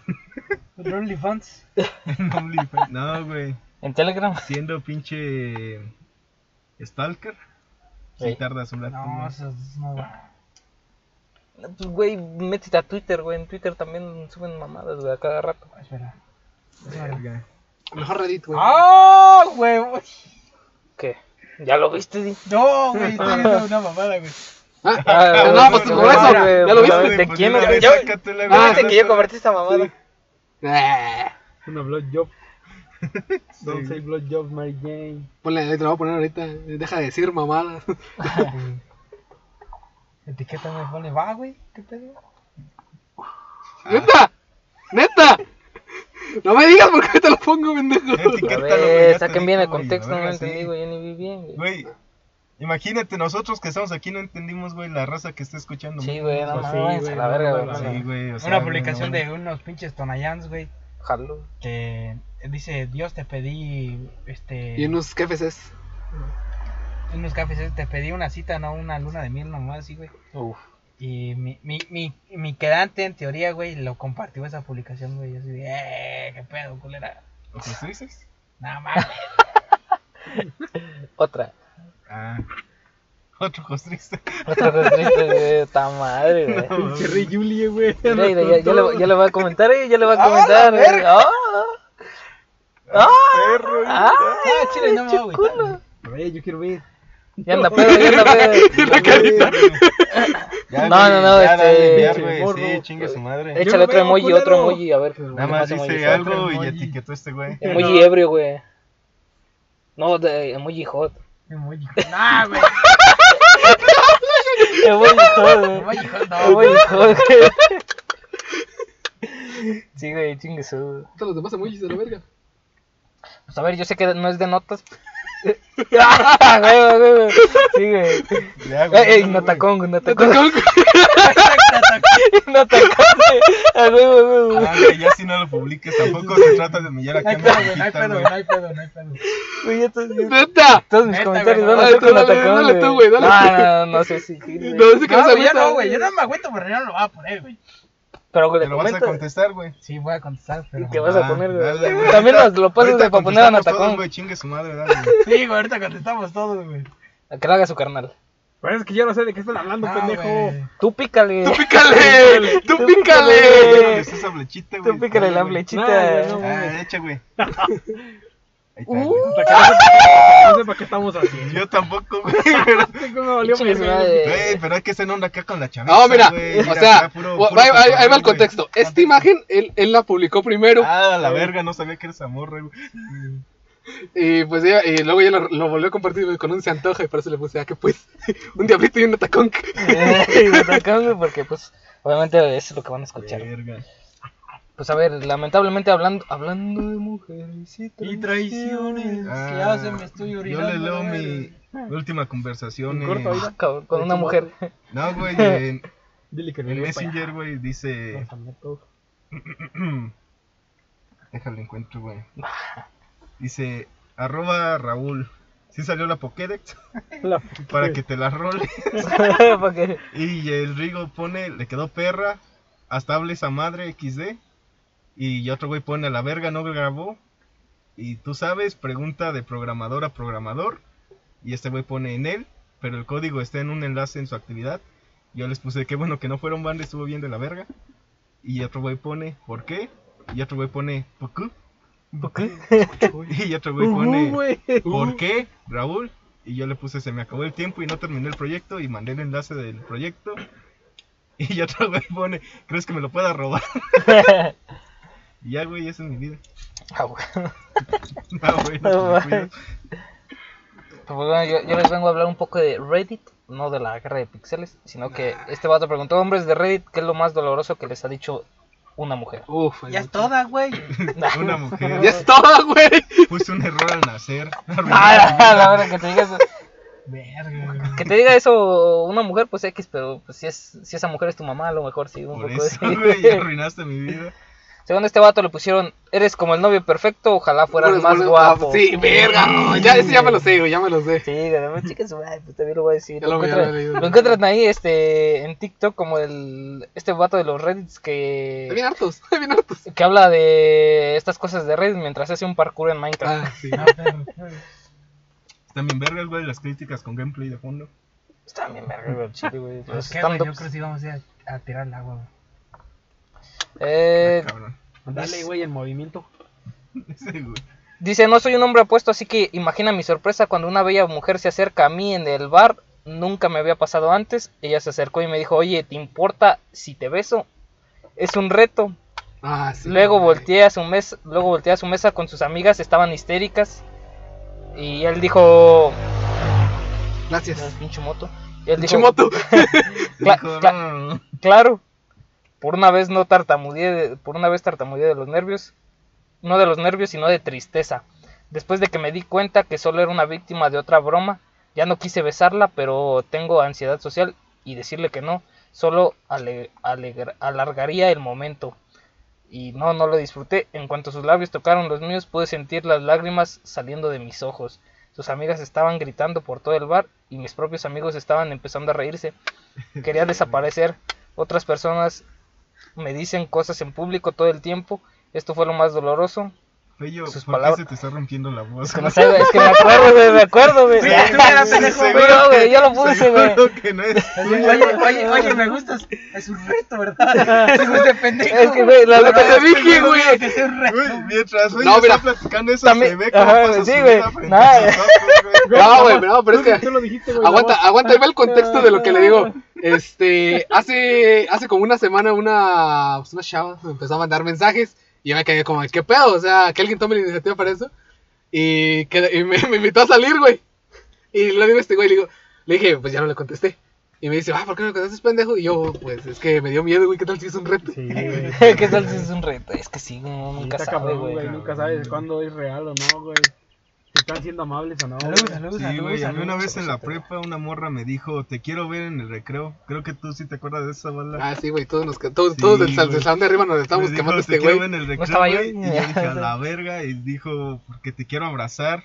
[SPEAKER 2] OnlyFans.
[SPEAKER 3] en OnlyFans. No, güey,
[SPEAKER 4] En Telegram.
[SPEAKER 3] siendo pinche stalker, sí
[SPEAKER 4] Ey.
[SPEAKER 3] tardas un rato.
[SPEAKER 2] No,
[SPEAKER 3] güey.
[SPEAKER 2] eso es no va.
[SPEAKER 4] No, Pues, güey, métete a Twitter, güey. En Twitter también suben mamadas, güey, a cada rato.
[SPEAKER 2] Espera.
[SPEAKER 3] Verga.
[SPEAKER 1] Mejor Reddit, güey.
[SPEAKER 2] ¡Ah, güey! güey!
[SPEAKER 4] ¿Qué? ¿Ya lo viste, Di?
[SPEAKER 2] No, güey, estoy viendo una mamada, güey.
[SPEAKER 1] Ah,
[SPEAKER 4] Ah,
[SPEAKER 1] no, pues tú
[SPEAKER 4] güey,
[SPEAKER 1] como eso,
[SPEAKER 4] güey,
[SPEAKER 1] ¿ya lo
[SPEAKER 4] pues,
[SPEAKER 1] viste?
[SPEAKER 4] ¿De
[SPEAKER 3] Pues,
[SPEAKER 4] quién?
[SPEAKER 3] de una
[SPEAKER 4] güey?
[SPEAKER 3] vez
[SPEAKER 4] Yo- Ah,
[SPEAKER 3] sácatela, güey.
[SPEAKER 4] Fíjate que yo convertí esta mamada.
[SPEAKER 1] Ah,
[SPEAKER 5] Una blowjob.
[SPEAKER 3] Sí.
[SPEAKER 5] Don't say blowjob, Mary Jane.
[SPEAKER 1] Ponle la letra, voy a poner ahorita. Deja de decir mamadas.
[SPEAKER 2] Etiqueta me pone, va, güey. ¿Qué pedo? Ah.
[SPEAKER 1] ¡Neta! ¡Neta! No me digas por qué te lo pongo, pendejo.
[SPEAKER 4] A
[SPEAKER 3] Etiquétalo, güey, ya
[SPEAKER 4] ver,
[SPEAKER 3] te
[SPEAKER 4] eh, saquen bien el
[SPEAKER 3] dijo, güey,
[SPEAKER 4] contexto,
[SPEAKER 3] la
[SPEAKER 4] no lo
[SPEAKER 3] verga, sí.
[SPEAKER 4] entendí, güey. Yo ni vi bien, güey.
[SPEAKER 3] Güey, imagínate, nosotros que estamos aquí no entendimos, güey, la raza que está escuchando.
[SPEAKER 4] Sí, güey, no
[SPEAKER 5] Pues sí,
[SPEAKER 4] mames, a
[SPEAKER 5] güey,
[SPEAKER 4] la
[SPEAKER 5] no,
[SPEAKER 4] verga,
[SPEAKER 5] no,
[SPEAKER 4] güey.
[SPEAKER 5] no,
[SPEAKER 4] no,
[SPEAKER 5] no.
[SPEAKER 3] Sí, güey, o sea,
[SPEAKER 2] Una
[SPEAKER 3] güey,
[SPEAKER 2] publicación
[SPEAKER 3] no,
[SPEAKER 2] de unos pinches tonayans, güey.
[SPEAKER 4] Jalo.
[SPEAKER 2] que dice Dios te pedí este
[SPEAKER 1] Y unos KFCs.
[SPEAKER 2] unos cafés te pedí una cita no una luna de miel nomás así güey
[SPEAKER 4] Uf.
[SPEAKER 2] y mi, mi, mi, mi quedante en teoría güey lo compartió esa publicación güey y así de eh, qué pedo culera
[SPEAKER 3] ¿O sea, ¿tú dices?
[SPEAKER 2] nada más
[SPEAKER 4] Otra.
[SPEAKER 3] Ah. Otro costrista.
[SPEAKER 4] Otra cosa triste, güey. Esta madre, güey.
[SPEAKER 5] Pinche Rey Julie, güey.
[SPEAKER 4] Mira, mira, ya, ya le, ya le voy a comentar, eh, ya le voy a comentar. eh. Ah,
[SPEAKER 3] Perro.
[SPEAKER 4] ah,
[SPEAKER 2] ah chile no me voy güey
[SPEAKER 4] culo.
[SPEAKER 5] A ver, yo quiero ver.
[SPEAKER 4] Ya anda pedo, ya anda pedo. No, no, no,
[SPEAKER 3] ya, dale,
[SPEAKER 4] este,
[SPEAKER 3] enviar, güey,
[SPEAKER 5] morbo.
[SPEAKER 3] sí, chingue su madre.
[SPEAKER 4] Échale otro
[SPEAKER 5] veo,
[SPEAKER 4] emoji,
[SPEAKER 5] culero.
[SPEAKER 4] otro emoji, a ver.
[SPEAKER 3] Nada
[SPEAKER 4] ¿qué
[SPEAKER 3] más
[SPEAKER 4] emoji
[SPEAKER 3] dice
[SPEAKER 4] sea?
[SPEAKER 3] algo y
[SPEAKER 5] emoji.
[SPEAKER 3] etiquetó a este güey.
[SPEAKER 4] Emoji ebrio, güey. No, de, emoji hot.
[SPEAKER 2] Emoji. no güey
[SPEAKER 4] Emoji hot, güey.
[SPEAKER 2] emoji, no güey
[SPEAKER 4] Emoji hot, güey. Sí, güey, chingue su.
[SPEAKER 1] Todos los demás emojis de la verga.
[SPEAKER 4] Pues a ver, yo sé que no es de notas. Ah, güey, güey, güey. Sí, güey. Eh,
[SPEAKER 3] Ya, güey,
[SPEAKER 4] Ey, ey,
[SPEAKER 3] no, güey.
[SPEAKER 4] Notacón, güey, Notacón. Notacón, güey. Ah, güey, güey, güey.
[SPEAKER 3] Ah, güey, ya si no lo publiques, tampoco se trata de humillar
[SPEAKER 2] no hay
[SPEAKER 3] aquí a mi
[SPEAKER 2] pedo Ah, güey ah, no hay
[SPEAKER 3] amiguita,
[SPEAKER 2] pedo
[SPEAKER 3] güey.
[SPEAKER 2] no hay pedo no hay pedo
[SPEAKER 4] Güey, ya estás bien.
[SPEAKER 1] ¡Neta!
[SPEAKER 4] Todos mis
[SPEAKER 2] Neta,
[SPEAKER 4] comentarios
[SPEAKER 2] güey,
[SPEAKER 4] van a
[SPEAKER 1] no,
[SPEAKER 4] ser con
[SPEAKER 1] dale, dale,
[SPEAKER 4] Atacón,
[SPEAKER 1] dale
[SPEAKER 4] güey.
[SPEAKER 1] tú, güey, dale.
[SPEAKER 4] No, no, no, no sé si. sí, güey.
[SPEAKER 1] No, dice que no
[SPEAKER 2] no
[SPEAKER 1] se
[SPEAKER 2] Ah, güey yo
[SPEAKER 1] agüita.
[SPEAKER 2] no güey yo no me agüento pero yo no lo voy a poner güey
[SPEAKER 4] Pero, güey,
[SPEAKER 3] Te
[SPEAKER 4] le
[SPEAKER 3] lo vas a
[SPEAKER 4] comenta.
[SPEAKER 3] contestar, güey.
[SPEAKER 2] sí voy a contestar pero
[SPEAKER 4] ¿Qué vas a
[SPEAKER 3] Ah,
[SPEAKER 4] poner, güey?
[SPEAKER 3] dale, güey.
[SPEAKER 4] También
[SPEAKER 3] Ahorita-
[SPEAKER 4] nos lo pasas
[SPEAKER 3] ahorita
[SPEAKER 4] de para poner a
[SPEAKER 3] contestamos todos,
[SPEAKER 4] Natacón.
[SPEAKER 3] güey, chingue su madre, dale.
[SPEAKER 2] sí güey ahorita contestamos todos güey
[SPEAKER 4] A que lo haga su carnal.
[SPEAKER 5] Pero Pues es que yo no sé de qué están hablando,
[SPEAKER 2] No, güey.
[SPEAKER 5] pendejo.
[SPEAKER 4] Tú pícale.
[SPEAKER 1] ¡Tú pícale! ¡Tú
[SPEAKER 4] Tú
[SPEAKER 1] pícale!
[SPEAKER 4] pícale.
[SPEAKER 3] Dale, esa flechita, güey.
[SPEAKER 4] Tú pícale
[SPEAKER 3] Dale,
[SPEAKER 4] la
[SPEAKER 3] güey.
[SPEAKER 4] flechita.
[SPEAKER 5] No, güey, Uh.
[SPEAKER 3] Ah, echa, güey. Ahí está, güey.
[SPEAKER 5] Puta, que no sé- No sé para qué estamos haciendo.
[SPEAKER 3] Yo tampoco, güey, pero...
[SPEAKER 5] Tengo una valió
[SPEAKER 4] Chingue su
[SPEAKER 5] verga.
[SPEAKER 4] madre.
[SPEAKER 3] Güey, pero hay que ser onda acá con la chaviza,
[SPEAKER 1] No, mira, eh,
[SPEAKER 3] güey.
[SPEAKER 1] o
[SPEAKER 3] Mira,
[SPEAKER 1] sea,
[SPEAKER 3] acá puro-
[SPEAKER 1] va-
[SPEAKER 3] puro
[SPEAKER 1] va- ahí, ahí va el
[SPEAKER 3] cotorreo, güey.
[SPEAKER 1] contexto. Esta imagen, él, él la publicó primero
[SPEAKER 3] Ah, la verga, no sabía que eres amor, güey.
[SPEAKER 1] y pues ya- y luego ya lo, lo volvió a compartir güey, con un se antoja y por eso le puse, ah, que pues, un diablito y un atacón.
[SPEAKER 4] Eh, Natacón, güey, porque, pues, obviamente eso es lo que van a escuchar.
[SPEAKER 3] Verga.
[SPEAKER 4] Pues, a ver, lamentablemente hablando hablando de mujeres y
[SPEAKER 2] y
[SPEAKER 4] traiciones.
[SPEAKER 2] traiciones que
[SPEAKER 3] Ah,
[SPEAKER 2] ya se me estoy
[SPEAKER 3] Yo
[SPEAKER 2] orinando
[SPEAKER 3] le leo
[SPEAKER 2] güey.
[SPEAKER 3] mi última conversación.
[SPEAKER 5] En
[SPEAKER 3] en-
[SPEAKER 5] corto, oiga.
[SPEAKER 4] Cabrón, Con una mujer.
[SPEAKER 3] No, güey, en,
[SPEAKER 5] Dile que no
[SPEAKER 3] en
[SPEAKER 5] le voy
[SPEAKER 3] Messenger, güey, dice...
[SPEAKER 5] a poner todo.
[SPEAKER 3] Déjalo encuentro, güey. Dice, arroba Raúl. Sí salió la Pokédex
[SPEAKER 5] La-
[SPEAKER 3] para que te la role.
[SPEAKER 4] Porque-
[SPEAKER 3] Y el Rigo pone, le quedó perra, hasta hable esa madre XD. Y otro güey pone, a la verga no grabó. Y tú sabes, pregunta de programador a programador. Y este güey pone en él, pero el código está en un enlace en su actividad. Yo les puse, qué bueno que no fueron banda, estuvo bien de la verga. Y otro güey pone, ¿por qué? Y otro güey pone, ¿por qué? ¿Por qué? Y otro güey pone, ¿por qué? Raúl. Y yo le puse, se me acabó el tiempo y no terminé el proyecto. Y mandé el enlace del proyecto. Y otro güey pone, ¿crees que me lo pueda robar? y ya, güey, esa es mi vida.
[SPEAKER 4] Ah, güey.
[SPEAKER 3] Ah, güey, no te me cuidas.
[SPEAKER 4] Pues bueno, yo, yo les vengo a hablar un poco de Reddit, no de la guerra de pixeles, sino que este vato preguntó, hombres de Reddit, ¿qué es lo más doloroso que les ha dicho una mujer?
[SPEAKER 1] Uf,
[SPEAKER 2] Ya es toda, güey.
[SPEAKER 3] Una
[SPEAKER 1] Ya
[SPEAKER 3] mujer
[SPEAKER 1] es todo, güey.
[SPEAKER 3] puse un error al nacer.
[SPEAKER 4] Ah, la, la verdad que te diga eso.
[SPEAKER 2] Verga, güey.
[SPEAKER 4] Que te diga eso una mujer, pues X, pero pues, si, es, si esa mujer es tu mamá, a lo mejor sí, un
[SPEAKER 3] Por
[SPEAKER 4] poco
[SPEAKER 3] eso,
[SPEAKER 4] pues sí.
[SPEAKER 3] güey, arruinaste mi vida.
[SPEAKER 4] Según este vato le pusieron, eres como el novio perfecto, ojalá fueras
[SPEAKER 1] Bueno,
[SPEAKER 4] más
[SPEAKER 1] bueno,
[SPEAKER 4] guapo.
[SPEAKER 1] Ah, Sí, verga. no, Ya, ese ya me lo sé, güey, ya me lo sé.
[SPEAKER 4] Sí, de la verdad, chicas, ay, pues también lo voy a decir.
[SPEAKER 1] Ya
[SPEAKER 4] Lo,
[SPEAKER 1] lo había
[SPEAKER 4] encuentran,
[SPEAKER 1] leído.
[SPEAKER 4] lo encuentran ahí este, en TikTok como el, este vato de los Reddits
[SPEAKER 1] Está
[SPEAKER 4] que,
[SPEAKER 1] bien hartos, está bien hartos.
[SPEAKER 4] que habla de estas cosas de Reddit mientras hace un parkour en Minecraft.
[SPEAKER 1] Ah, sí.
[SPEAKER 2] Ah, perro.
[SPEAKER 3] Están bien vergas, güey, las críticas con gameplay de fondo.
[SPEAKER 4] Está bien verga, güey, el chile, güey. Los
[SPEAKER 2] Pues qué, güey, Yo
[SPEAKER 4] stand-ups.
[SPEAKER 2] creo que sí vamos a ir a, a tirar el agua, güey.
[SPEAKER 4] Eh,
[SPEAKER 3] Cabrón.
[SPEAKER 5] Dale, güey, el movimiento.
[SPEAKER 3] Ese, güey.
[SPEAKER 4] dice, no soy un hombre apuesto, así que imagina mi sorpresa cuando una bella mujer se acerca a mí en el bar. Nunca me había pasado antes. Ella se acercó y me dijo, oye, ¿te importa si te beso? Es un reto.
[SPEAKER 1] Ah, sí.
[SPEAKER 4] luego
[SPEAKER 1] güey.
[SPEAKER 4] volteé a su mesa, luego volteé a su mesa con sus amigas, estaban histéricas. Y él dijo, "No,
[SPEAKER 1] Gracias.
[SPEAKER 4] pinche moto. Y él dijo,
[SPEAKER 1] Chimoto.
[SPEAKER 4] "Cla-
[SPEAKER 3] Dijo,
[SPEAKER 4] cla-
[SPEAKER 3] no, no, no.
[SPEAKER 4] Claro. Por una vez no tartamudeé, de- por una vez tartamudeé de los nervios, no de los nervios, sino de tristeza. Después de que me di cuenta que solo era una víctima de otra broma, ya no quise besarla, pero tengo ansiedad social y decirle que no, solo ale- alegra- alargaría el momento. Y no, no lo disfruté. En cuanto sus labios tocaron los míos, pude sentir las lágrimas saliendo de mis ojos. Sus amigas estaban gritando por todo el bar y mis propios amigos estaban empezando a reírse. Quería desaparecer. Otras personas me dicen cosas en público todo el tiempo. Esto fue lo más doloroso.
[SPEAKER 3] Fello,
[SPEAKER 4] Sus
[SPEAKER 3] ¿por qué
[SPEAKER 4] palabras-
[SPEAKER 3] se te está rompiendo la voz?
[SPEAKER 4] Es que no sé, güey, es que me acuerdo, güey, me acuerdo, güey.
[SPEAKER 3] seguro
[SPEAKER 4] No, güey,
[SPEAKER 3] que-
[SPEAKER 4] yo lo puse, güey.
[SPEAKER 3] seguro que no es.
[SPEAKER 2] Oye, oye, oye, me gustas. Es un reto, ¿verdad? Soy este pendejo.
[SPEAKER 4] Es que, güey, la-
[SPEAKER 2] Pero
[SPEAKER 4] lo que
[SPEAKER 2] no
[SPEAKER 4] te
[SPEAKER 2] estoy
[SPEAKER 1] dije,
[SPEAKER 2] seguro
[SPEAKER 1] güey.
[SPEAKER 2] que sea un reto,
[SPEAKER 3] Güey,
[SPEAKER 2] güey.
[SPEAKER 3] mientras Fello
[SPEAKER 1] No,
[SPEAKER 3] está
[SPEAKER 1] mira.
[SPEAKER 3] platicando eso,
[SPEAKER 4] También-
[SPEAKER 3] se ve cómo
[SPEAKER 4] Ajá,
[SPEAKER 3] pasa
[SPEAKER 4] sí,
[SPEAKER 3] su
[SPEAKER 4] güey.
[SPEAKER 3] vida frente
[SPEAKER 4] Nada.
[SPEAKER 3] a sus ojos, güey.
[SPEAKER 1] No, güey, no, pero es que.
[SPEAKER 5] Tú lo dijiste, güey.
[SPEAKER 1] Aguanta, aguanta, ahí va el contexto de lo que le digo. Este, hace, hace como una semana una, pues una chava me empezó a mandar mensajes y yo me quedé como, ¿qué pedo? O sea, que alguien tome la iniciativa para eso. Y, que, y me, me invitó a salir, güey. Y le digo a este güey, le digo, le dije, pues ya no le contesté. Y me dice, ah, ¿por qué no le contestas, pendejo? Y yo, pues es que me dio miedo, güey, ¿qué tal si es un reto?
[SPEAKER 5] Sí, güey.
[SPEAKER 4] ¿Qué tal si es un reto? Es que sí, uno nunca
[SPEAKER 5] Está
[SPEAKER 4] sabe,
[SPEAKER 5] cabrón, güey. Mm.
[SPEAKER 4] güey.
[SPEAKER 5] Nunca sabes cuándo es real o no, güey. Si Están siendo amables o no.
[SPEAKER 2] Salud,
[SPEAKER 5] güey.
[SPEAKER 2] salud,
[SPEAKER 3] Sí,
[SPEAKER 2] salud,
[SPEAKER 3] güey, a mí
[SPEAKER 2] salud.
[SPEAKER 3] una vez en la prepa una morra me dijo, te quiero ver en el recreo. Creo que tú sí te acuerdas de esa bala.
[SPEAKER 1] Ah, sí, güey, todos, nos, que- todos,
[SPEAKER 3] Sí,
[SPEAKER 1] todos del, sal-
[SPEAKER 3] güey.
[SPEAKER 1] del salón de arriba nos estábamos
[SPEAKER 3] Me dijo,
[SPEAKER 1] quemando
[SPEAKER 3] "Te
[SPEAKER 1] este
[SPEAKER 3] quiero
[SPEAKER 1] güey.
[SPEAKER 3] ver en el
[SPEAKER 4] ¿No
[SPEAKER 3] recreo,
[SPEAKER 4] estaba yo?
[SPEAKER 3] güey", Y yo dije, a la verga. Y dijo, porque te quiero abrazar.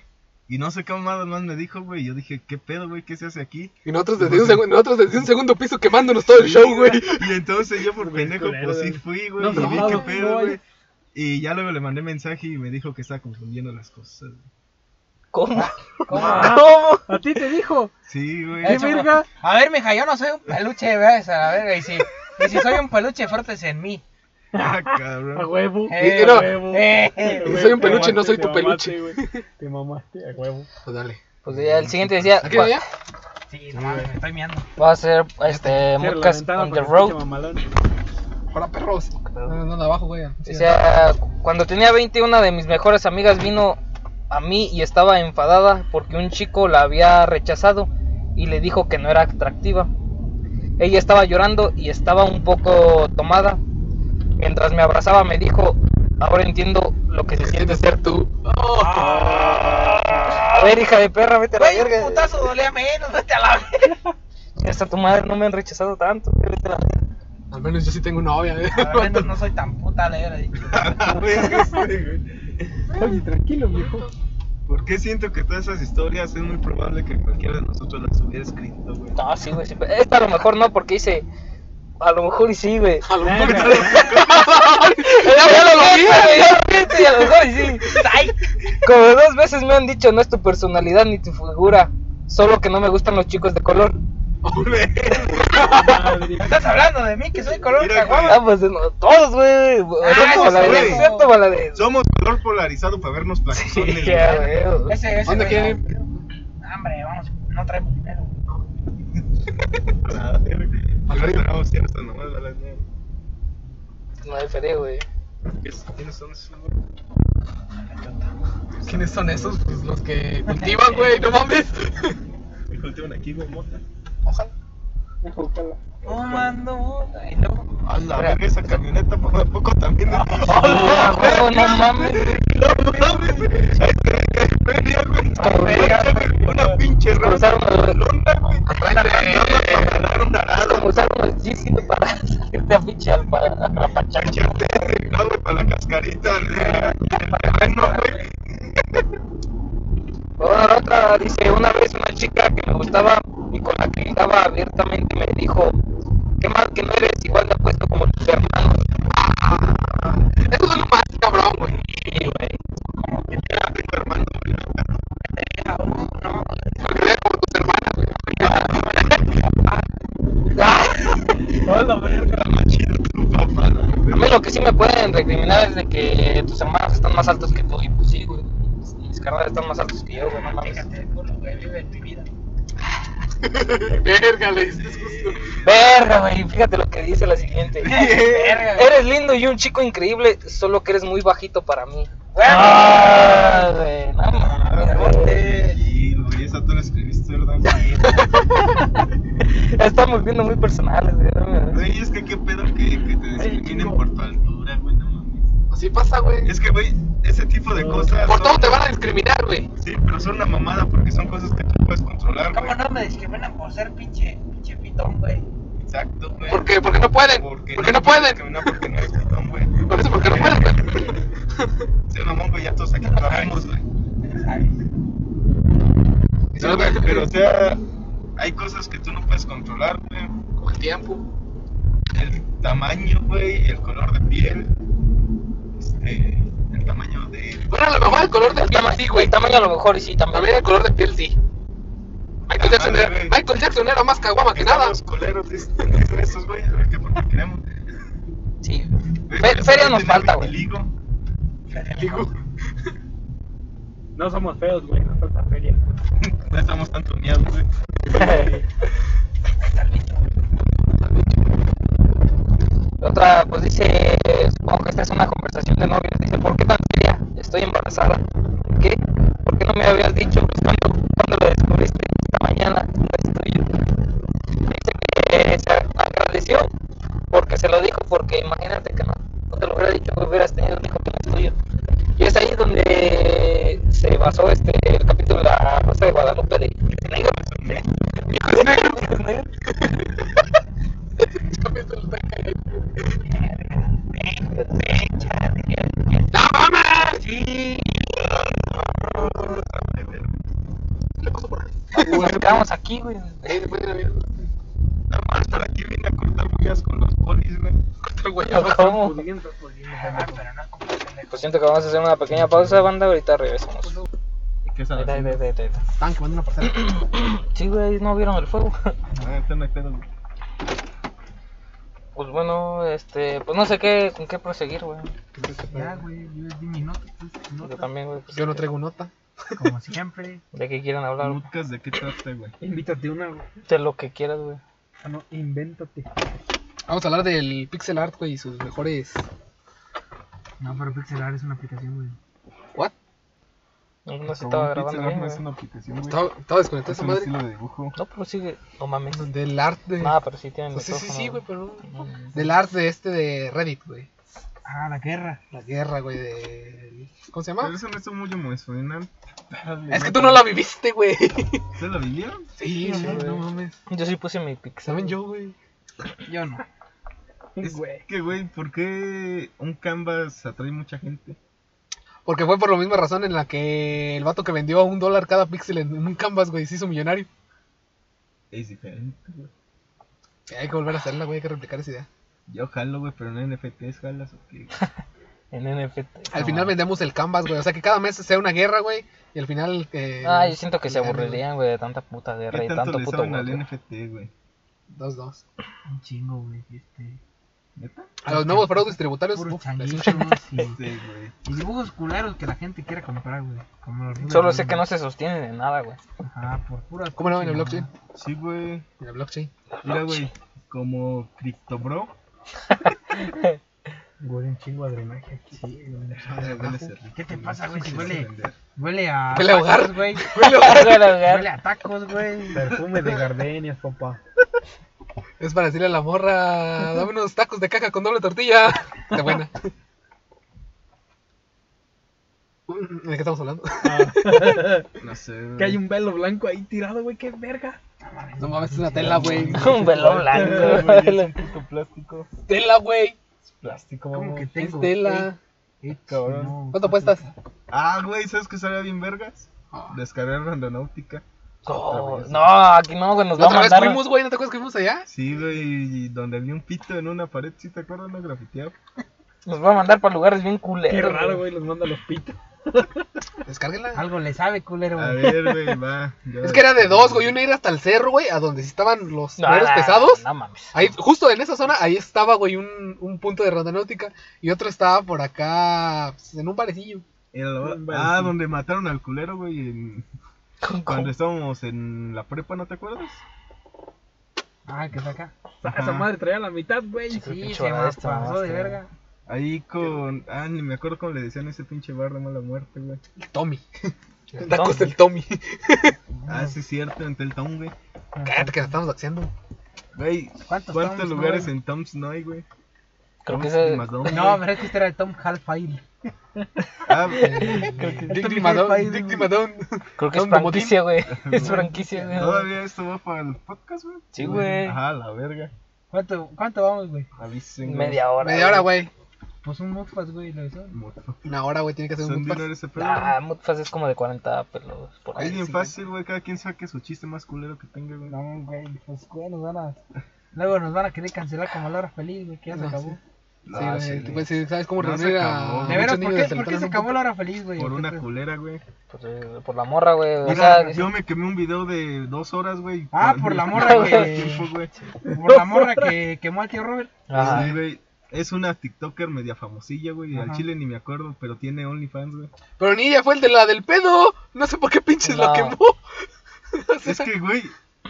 [SPEAKER 3] Y no sé qué mamada más me dijo, güey. Yo dije, ¿qué pedo, güey? ¿Qué se hace aquí?
[SPEAKER 1] Y nosotros desde, un, segu- nosotros desde un segundo piso quemándonos todo el show, güey.
[SPEAKER 3] Y entonces yo por pendejo,
[SPEAKER 5] culero,
[SPEAKER 3] pues sí fui,
[SPEAKER 5] güey.
[SPEAKER 3] güey.
[SPEAKER 5] No,
[SPEAKER 3] y
[SPEAKER 5] no,
[SPEAKER 3] vi
[SPEAKER 5] no,
[SPEAKER 3] qué
[SPEAKER 5] no,
[SPEAKER 3] pedo,
[SPEAKER 5] no,
[SPEAKER 3] güey. Y ya luego le mandé mensaje y me dijo que estaba confundiendo las cosas. güey.
[SPEAKER 4] ¿Cómo?
[SPEAKER 5] ¿Cómo? ¿A ti te dijo?
[SPEAKER 3] Sí, güey.
[SPEAKER 5] ¿Qué
[SPEAKER 2] chavo.
[SPEAKER 5] verga?
[SPEAKER 2] A ver, mija, yo no soy un peluche, veas, a la verga. Y si, y si soy un peluche, fuertes en mí.
[SPEAKER 3] Ah,
[SPEAKER 5] A
[SPEAKER 3] cabrón.
[SPEAKER 5] huevo.
[SPEAKER 2] Eh,
[SPEAKER 5] a
[SPEAKER 1] no.
[SPEAKER 5] huevo.
[SPEAKER 2] Eh,
[SPEAKER 5] Eh, güey,
[SPEAKER 1] soy un
[SPEAKER 5] te
[SPEAKER 1] peluche, no soy
[SPEAKER 5] te
[SPEAKER 1] tu
[SPEAKER 5] mamaste,
[SPEAKER 1] peluche.
[SPEAKER 5] güey. Te mamaste, a huevo.
[SPEAKER 1] Pues dale.
[SPEAKER 4] Pues ya el siguiente decía,
[SPEAKER 1] ¿Aquí ya?
[SPEAKER 2] Sí, no, me estoy miando.
[SPEAKER 4] va a ser este
[SPEAKER 5] Cierra la
[SPEAKER 4] podcast
[SPEAKER 5] ventana
[SPEAKER 4] on the
[SPEAKER 5] porque
[SPEAKER 4] road.
[SPEAKER 5] escucha mamalón.
[SPEAKER 1] Hola, perros. No, no, abajo, güey.
[SPEAKER 4] O sea, cuando tenía 20, una de mis mejores amigas vino a mí y estaba enfadada porque un chico la había rechazado y le dijo que no era atractiva. Ella estaba llorando y estaba un poco tomada. Mientras me abrazaba me dijo, ahora entiendo lo que se siente ser tú. A ver, hija de perra, vete a la
[SPEAKER 2] Güey, un
[SPEAKER 4] verga.
[SPEAKER 2] putazo dolía menos, vete a la verga.
[SPEAKER 4] Hasta tu madre no me han rechazado tanto. vete a la verga.
[SPEAKER 1] Al menos yo sí tengo novia, eh. güey.
[SPEAKER 2] Al menos no soy tan puta, le hubiera dicho.
[SPEAKER 3] A la verga, sí, güey.
[SPEAKER 5] Oye, tranquilo, viejo.
[SPEAKER 3] ¿Por qué siento que todas esas historias es muy probable que cualquiera de nosotros las hubiera escrito, güey?
[SPEAKER 4] No, "Ah, sí, güey. sí, pero Esta a lo mejor no, porque hice... A lo mejor y sí, güey.
[SPEAKER 1] A lo mejor.
[SPEAKER 5] Verga.
[SPEAKER 4] Ya, ya lo vi, güey, ya lo viste, y a lo mejor sí. Como dos veces me han dicho, no es tu personalidad ni tu figura, solo que no me gustan los chicos de color.
[SPEAKER 2] Estás hablando de mí, que soy color
[SPEAKER 3] Mira,
[SPEAKER 2] caguama.
[SPEAKER 4] Ah, pues no, todos, güey. Excepto
[SPEAKER 3] ese
[SPEAKER 4] Valadez,
[SPEAKER 3] güey.
[SPEAKER 4] excepto Valadez.
[SPEAKER 3] Somos color polarizado para vernos placosones.
[SPEAKER 4] Sí, a huevo.
[SPEAKER 2] Ese, ese.
[SPEAKER 1] ¿Dónde
[SPEAKER 2] güey,
[SPEAKER 1] quieren
[SPEAKER 2] no, hombre, vamos, no traemos dinero.
[SPEAKER 3] Al rato grabamos ciertas nomás a las nueve.
[SPEAKER 4] No hay feria, güey.
[SPEAKER 3] ¿Qué es- ¿Quiénes son esos?
[SPEAKER 1] ¿Quiénes son esos? Pues los que cultivan, güey, no mames.
[SPEAKER 3] Me cultivan aquí, güey, mota.
[SPEAKER 1] Ojalá.
[SPEAKER 2] Fumando mota. Y luego,
[SPEAKER 3] A la verga, esa camioneta poco a poco también. ¡No
[SPEAKER 4] A huevo, Oh, no mames.
[SPEAKER 3] mames! ¡Ay, que me cae feria, güey! Una pinche rosa
[SPEAKER 4] Cruzaron los-
[SPEAKER 3] lona, güey.
[SPEAKER 4] como usaron el G-Side para salirte a pinche al pa- a la pachanga.
[SPEAKER 3] Echarte no, güey, para la cascarita del del terreno, güey.
[SPEAKER 4] Ahora otra dice, una vez una chica que me gustaba y con la que ligaba abiertamente me dijo, qué mal que no eres igual de apuesto como tus hermanos.
[SPEAKER 1] Eso es lo más cabrón, güey.
[SPEAKER 4] Ah, A mí lo que sí me pueden recriminar es de que tus hermanos están más altos que tú. Y pues sí, güey. Mis carnales están más altos que yo, güey, no mames.
[SPEAKER 2] fíjate, culo, güey, vive mi vida.
[SPEAKER 1] Verga, le diste justo.
[SPEAKER 4] Verga, güey, fíjate lo que dice la siguiente.
[SPEAKER 2] Verga, güey.
[SPEAKER 4] Eres lindo y un chico increíble, solo que eres muy bajito para mí.
[SPEAKER 2] Bueno,
[SPEAKER 4] Ah, güey, no mames, güey.
[SPEAKER 3] Y, güey, esa tú la escribiste, ¿verdad, güey?
[SPEAKER 4] Estamos viendo muy personales, güey. no mames.
[SPEAKER 3] Güey, es que qué pedo que, que te discriminen por tu altura, güey, no mames.
[SPEAKER 1] Así pasa, güey.
[SPEAKER 3] Es que, güey, ese tipo de cosas.
[SPEAKER 1] Por
[SPEAKER 3] son-
[SPEAKER 1] todo te van a discriminar, güey.
[SPEAKER 3] Sí, pero son una mamada porque son cosas que tú puedes controlar,
[SPEAKER 2] ¿Cómo
[SPEAKER 3] güey.
[SPEAKER 2] no me discriminan por ser pinche, pinche pitón, güey?
[SPEAKER 3] Exacto, güey.
[SPEAKER 1] ¿Por qué? Porque no pueden.
[SPEAKER 3] Porque
[SPEAKER 1] Porque no pueden.
[SPEAKER 3] No, porque no eres pitón, güey.
[SPEAKER 1] Por eso, porque no pueden, güey.
[SPEAKER 3] Sí, mamón, güey, ya todos aquí trabajamos, güey.
[SPEAKER 2] Ay,
[SPEAKER 3] Sí, güey, pero o sea, hay cosas que tú no puedes controlar, güey.
[SPEAKER 1] Con el tiempo.
[SPEAKER 3] El tamaño, güey, el color de piel, este, el tamaño de...
[SPEAKER 1] Bueno, a lo mejor el color de
[SPEAKER 4] El
[SPEAKER 1] piel
[SPEAKER 4] tama-
[SPEAKER 1] sí, güey.
[SPEAKER 4] El tamaño a lo mejor y sí,
[SPEAKER 1] También
[SPEAKER 4] también.
[SPEAKER 1] el color de piel sí. Michael
[SPEAKER 3] Ah,
[SPEAKER 1] Jackson,
[SPEAKER 3] madre,
[SPEAKER 1] era,
[SPEAKER 3] güey.
[SPEAKER 1] Michael Jackson era más caguama que nada.
[SPEAKER 3] Los coleros dicen dicen estos, güey, a ver qué por qué queremos.
[SPEAKER 4] Sí.
[SPEAKER 3] Güey,
[SPEAKER 4] Fe-
[SPEAKER 3] pero
[SPEAKER 4] feria
[SPEAKER 3] no
[SPEAKER 4] nos
[SPEAKER 3] tiene
[SPEAKER 4] falta, güey.
[SPEAKER 3] vitiligo. Vitiligo.
[SPEAKER 5] No somos feos, güey, nos falta feria.
[SPEAKER 3] No estamos tan tuneados, güey.
[SPEAKER 4] Otra, pues dice, supongo que esta es una conversación de novios. Dice, ¿por qué tan seria? Estoy embarazada. ¿Qué? ¿Por qué no me habías dicho? Pues, ¿cuándo, cuándo lo descubriste? Esta mañana. no es tuyo. Dice que se agradeció porque se lo dijo, porque imagínate que no, no te lo hubiera dicho, hubieras tenido un hijo que no es tuyo. Y es ahí donde se basó este, el capítulo de la Rosa de Guadalupe de de Negro. Hijos negros. Hijos negros. Nos quedamos aquí, güey.
[SPEAKER 1] Eh, después de la vida.
[SPEAKER 3] La Marta aquí viene a cortar huellas con los polis, güey.
[SPEAKER 1] Otro güey.
[SPEAKER 4] ¿Cómo?
[SPEAKER 2] ah, pero no como
[SPEAKER 4] Pues siento que vamos a hacer una pequeña pausa, banda. Ahorita regresamos.
[SPEAKER 3] ¿Qué
[SPEAKER 4] Ahí está, ahí está, ahí está, ahí está.
[SPEAKER 1] Estaban quemando una parcela.
[SPEAKER 4] Sí, güey, no vieron el fuego.
[SPEAKER 3] Ah, está no hay pedo, güey.
[SPEAKER 4] Pues bueno, este, pues no sé qué, con qué proseguir, güey.
[SPEAKER 2] Ya, güey, yo di mi nota, pues,
[SPEAKER 4] Yo
[SPEAKER 2] nota,
[SPEAKER 4] también, güey. pues,
[SPEAKER 1] Yo no traigo nota.
[SPEAKER 2] como siempre.
[SPEAKER 4] ¿De qué quieran hablar? güey?
[SPEAKER 3] Lucas, ¿de qué trata, güey?
[SPEAKER 5] Invítate una, güey.
[SPEAKER 4] De lo que quieras, güey.
[SPEAKER 5] Ah, no, invéntate.
[SPEAKER 1] Vamos a hablar del pixel art, güey, y sus mejores.
[SPEAKER 2] No, pero Pixelar es una aplicación, güey.
[SPEAKER 1] ¿What?
[SPEAKER 4] No, no se estaba grabando bien,
[SPEAKER 3] no
[SPEAKER 4] güey.
[SPEAKER 3] es una aplicación, güey.
[SPEAKER 1] Estaba estaba desconectada
[SPEAKER 3] Es
[SPEAKER 1] esa
[SPEAKER 3] un
[SPEAKER 1] madre.
[SPEAKER 3] estilo de dibujo.
[SPEAKER 4] No, pero sigue. No mames.
[SPEAKER 1] Del art de.
[SPEAKER 4] Nada, pero sí tienen
[SPEAKER 1] Pues sí, sí,
[SPEAKER 4] Ah, micrófono,
[SPEAKER 1] sí, güey, pero.
[SPEAKER 4] Mm.
[SPEAKER 1] Del art de este de Reddit, güey.
[SPEAKER 2] Ah, la guerra.
[SPEAKER 1] La guerra, güey, de. ¿Cómo se
[SPEAKER 3] Pero
[SPEAKER 1] llama?
[SPEAKER 3] eso no es muy emocional.
[SPEAKER 1] Es que tú no la viviste, güey.
[SPEAKER 3] ¿Ustedes la vivieron?
[SPEAKER 1] Sí,
[SPEAKER 4] Sí,
[SPEAKER 1] güey,
[SPEAKER 4] güey.
[SPEAKER 1] no mames.
[SPEAKER 4] Yo sí puse mi pixel.
[SPEAKER 1] Saben yo, güey.
[SPEAKER 2] Yo no.
[SPEAKER 3] Es
[SPEAKER 5] Güey.
[SPEAKER 3] que, güey, ¿por qué un canvas atrae mucha gente?
[SPEAKER 1] Porque fue por la misma razón en la que el vato que vendió a un dólar cada píxel en un canvas, güey, se hizo millonario.
[SPEAKER 3] Es diferente, güey.
[SPEAKER 1] Hay que volver a hacerla, güey, hay que replicar esa idea.
[SPEAKER 3] Yo jalo, güey, pero en NFTs jalas o qué.
[SPEAKER 4] en NFT.
[SPEAKER 1] Al final vendemos el canvas, güey. O sea, que cada mes sea una guerra, güey. Y al final. eh,
[SPEAKER 4] Ah, yo siento que se
[SPEAKER 1] el-
[SPEAKER 4] aburrirían, güey, de tanta puta guerra
[SPEAKER 3] ¿Qué
[SPEAKER 4] y
[SPEAKER 3] tanto,
[SPEAKER 4] tanto
[SPEAKER 3] le
[SPEAKER 4] puto
[SPEAKER 3] saben al
[SPEAKER 4] burro.
[SPEAKER 3] NFT, güey?
[SPEAKER 1] Dos, dos.
[SPEAKER 2] Un chingo, güey. Este,
[SPEAKER 3] ¿Neta?
[SPEAKER 1] A los nuevos fraudes tributarios.
[SPEAKER 2] puros
[SPEAKER 1] uf, les-
[SPEAKER 2] changuitos y,
[SPEAKER 3] Sí, güey.
[SPEAKER 2] y dibujos culeros que la gente quiere comprar, güey. Como los Rugrats,
[SPEAKER 4] Solo sé
[SPEAKER 2] güey.
[SPEAKER 4] que no se sostienen de nada, güey.
[SPEAKER 2] Ajá, por pura.
[SPEAKER 1] ¿Cómo no? En el blockchain.
[SPEAKER 2] chingadera.
[SPEAKER 3] Sí, güey.
[SPEAKER 1] En el blockchain.
[SPEAKER 3] Mira, güey. Como CryptoBro.
[SPEAKER 5] Huele un chingo a drenaje aquí.
[SPEAKER 2] ¿Qué te pasa, güey? Si huele, huele a.
[SPEAKER 1] Huele a hogar.
[SPEAKER 2] tacos, güey. Huele a tacos, güey.
[SPEAKER 5] Perfume de gardenias, papá.
[SPEAKER 1] Es para decirle a la morra, dame unos tacos de caca con doble tortilla. Está buena. Mm, ¿De qué estamos hablando?
[SPEAKER 3] No sé,
[SPEAKER 5] Que hay
[SPEAKER 3] güey.
[SPEAKER 5] un velo blanco ahí tirado, güey, qué verga.
[SPEAKER 1] No mames, es una tela, güey.
[SPEAKER 4] Un velo
[SPEAKER 3] Ah,
[SPEAKER 4] blanco.
[SPEAKER 3] güey, es un puto plástico.
[SPEAKER 1] Tela, güey.
[SPEAKER 3] Es plástico,
[SPEAKER 2] ¿Cómo
[SPEAKER 3] mamá.
[SPEAKER 2] que
[SPEAKER 1] Es
[SPEAKER 2] tengo?
[SPEAKER 1] tela.
[SPEAKER 2] Eh, eh,
[SPEAKER 3] Cabrón.
[SPEAKER 2] no,
[SPEAKER 1] ¿Cuánto cuestas?
[SPEAKER 3] Ah, güey, ¿sabes qué estaría bien vergas? Descargar Randonáutica.
[SPEAKER 4] Oh, no, aquí no, güey, nos
[SPEAKER 1] La
[SPEAKER 4] va a
[SPEAKER 1] otra vez
[SPEAKER 4] mandar.
[SPEAKER 1] fuimos, güey. ¿No te acuerdas que fuimos allá?
[SPEAKER 3] Sí, güey, y donde había un pito en una pared, ¿sí te acuerdas? No grafiteaba.
[SPEAKER 4] Nos va a mandar para lugares bien
[SPEAKER 5] Qué
[SPEAKER 4] culeros.
[SPEAKER 5] raro, güey, los manda los pitos.
[SPEAKER 1] Descárguenla.
[SPEAKER 2] Algo le sabe, culero,
[SPEAKER 3] A
[SPEAKER 2] güey.
[SPEAKER 3] ver, güey, va. ya.
[SPEAKER 1] Es que era de dos, güey. Uno era hasta el cerro, güey, a donde sí estaban los
[SPEAKER 4] No,
[SPEAKER 1] cueros
[SPEAKER 4] no,
[SPEAKER 1] pesados.
[SPEAKER 4] No mames.
[SPEAKER 1] Ahí, justo en esa zona, ahí estaba, güey, un, un punto de randonáutica. Y otro estaba por acá, pues, en un parecillo.
[SPEAKER 3] Era la- Ah, donde mataron al culero, güey, en- cuando estábamos en la prepa, ¿no te acuerdas?
[SPEAKER 2] Ah, que saca.
[SPEAKER 5] Sa- Esa
[SPEAKER 3] Ajá.
[SPEAKER 5] madre traía la mitad, güey.
[SPEAKER 4] Creo que
[SPEAKER 2] Sí,
[SPEAKER 4] pinche
[SPEAKER 2] se
[SPEAKER 4] hora
[SPEAKER 2] me
[SPEAKER 4] de esta
[SPEAKER 2] pasó de
[SPEAKER 4] mamaste,
[SPEAKER 2] verga.
[SPEAKER 3] Ahí con. Ah, ni me acuerdo cómo le decían a ese pinche bar de mala muerte, güey.
[SPEAKER 1] El Tommy.
[SPEAKER 4] El
[SPEAKER 1] este Tacos
[SPEAKER 4] Tommy.
[SPEAKER 1] del Tommy.
[SPEAKER 3] Ah, sí, es cierto, en Teltown, güey.
[SPEAKER 1] Cállate que la estamos haciendo.
[SPEAKER 3] Güey,
[SPEAKER 2] ¿Cuántos
[SPEAKER 3] ¿cuántos
[SPEAKER 2] Toms no
[SPEAKER 3] lugares
[SPEAKER 2] hay?
[SPEAKER 3] en Tom's no hay, güey?
[SPEAKER 4] Creo que
[SPEAKER 3] Tom's
[SPEAKER 4] ese-
[SPEAKER 3] y McDonald's,
[SPEAKER 2] No,
[SPEAKER 3] güey.
[SPEAKER 2] pero es que este era el Tom Halfile.
[SPEAKER 3] Ah, güey,
[SPEAKER 1] Dick
[SPEAKER 2] Tommy
[SPEAKER 1] Dimadón.
[SPEAKER 2] Hilfiger,
[SPEAKER 1] Dick
[SPEAKER 2] güey.
[SPEAKER 1] Dimadón.
[SPEAKER 4] Creo que es
[SPEAKER 1] Don Domotín.
[SPEAKER 4] franquicia, güey. Es franquicia, güey.
[SPEAKER 3] Todavía esto va para el podcast, güey.
[SPEAKER 4] Sí, güey.
[SPEAKER 3] Ajá, la verga.
[SPEAKER 2] ¿Cuánto, ¿Cuánto vamos, güey?
[SPEAKER 3] Avisen. güey.
[SPEAKER 4] Media hora.
[SPEAKER 1] Media hora, güey.
[SPEAKER 2] Pues un mukfas, güey, lo hizo.
[SPEAKER 3] Moto.
[SPEAKER 1] Una hora, güey, tiene que ser
[SPEAKER 3] Son
[SPEAKER 1] un
[SPEAKER 3] de una
[SPEAKER 1] pack.
[SPEAKER 3] hora ese pedo,
[SPEAKER 4] Ah, Mutfaz es como de 40 pelos por
[SPEAKER 3] güey. Es
[SPEAKER 4] ahí.
[SPEAKER 3] bien fácil, güey. Cada quien saque su chiste más culero que tenga, güey.
[SPEAKER 2] No, güey, pues, güey, nos van a. Luego nos van a querer cancelar como la hora feliz, güey, que ya se
[SPEAKER 1] No,
[SPEAKER 2] acabó.
[SPEAKER 1] Sí,
[SPEAKER 4] Ah,
[SPEAKER 1] güey,
[SPEAKER 3] sí,
[SPEAKER 1] tú, güey, pues, sí, ¿sabes cómo
[SPEAKER 3] No se
[SPEAKER 1] reunir a
[SPEAKER 3] acabó. De
[SPEAKER 2] De
[SPEAKER 1] muchos
[SPEAKER 2] veras, ¿por
[SPEAKER 1] niños
[SPEAKER 2] qué,
[SPEAKER 1] del
[SPEAKER 2] por qué se
[SPEAKER 1] Teletón?
[SPEAKER 2] acabó la hora feliz, güey?
[SPEAKER 3] Por
[SPEAKER 2] ¿Qué
[SPEAKER 3] una
[SPEAKER 2] pedo?
[SPEAKER 3] culera, güey.
[SPEAKER 4] Por, eh, por la morra, güey. O sea,
[SPEAKER 3] Mira, yo me quemé un video de dos horas, güey.
[SPEAKER 2] Ah, por la morra que-
[SPEAKER 3] Tiempo, güey.
[SPEAKER 2] Por la morra que quemó al tío Robert.
[SPEAKER 4] Ajá.
[SPEAKER 3] Sí, güey. Es una TikToker media famosilla, güey. Al
[SPEAKER 2] Ajá.
[SPEAKER 3] chile ni me acuerdo, pero tiene OnlyFans, güey.
[SPEAKER 1] Pero ni ella fue el de la del pedo. No sé por qué pinches la
[SPEAKER 4] No.
[SPEAKER 1] quemó.
[SPEAKER 3] Es que, güey,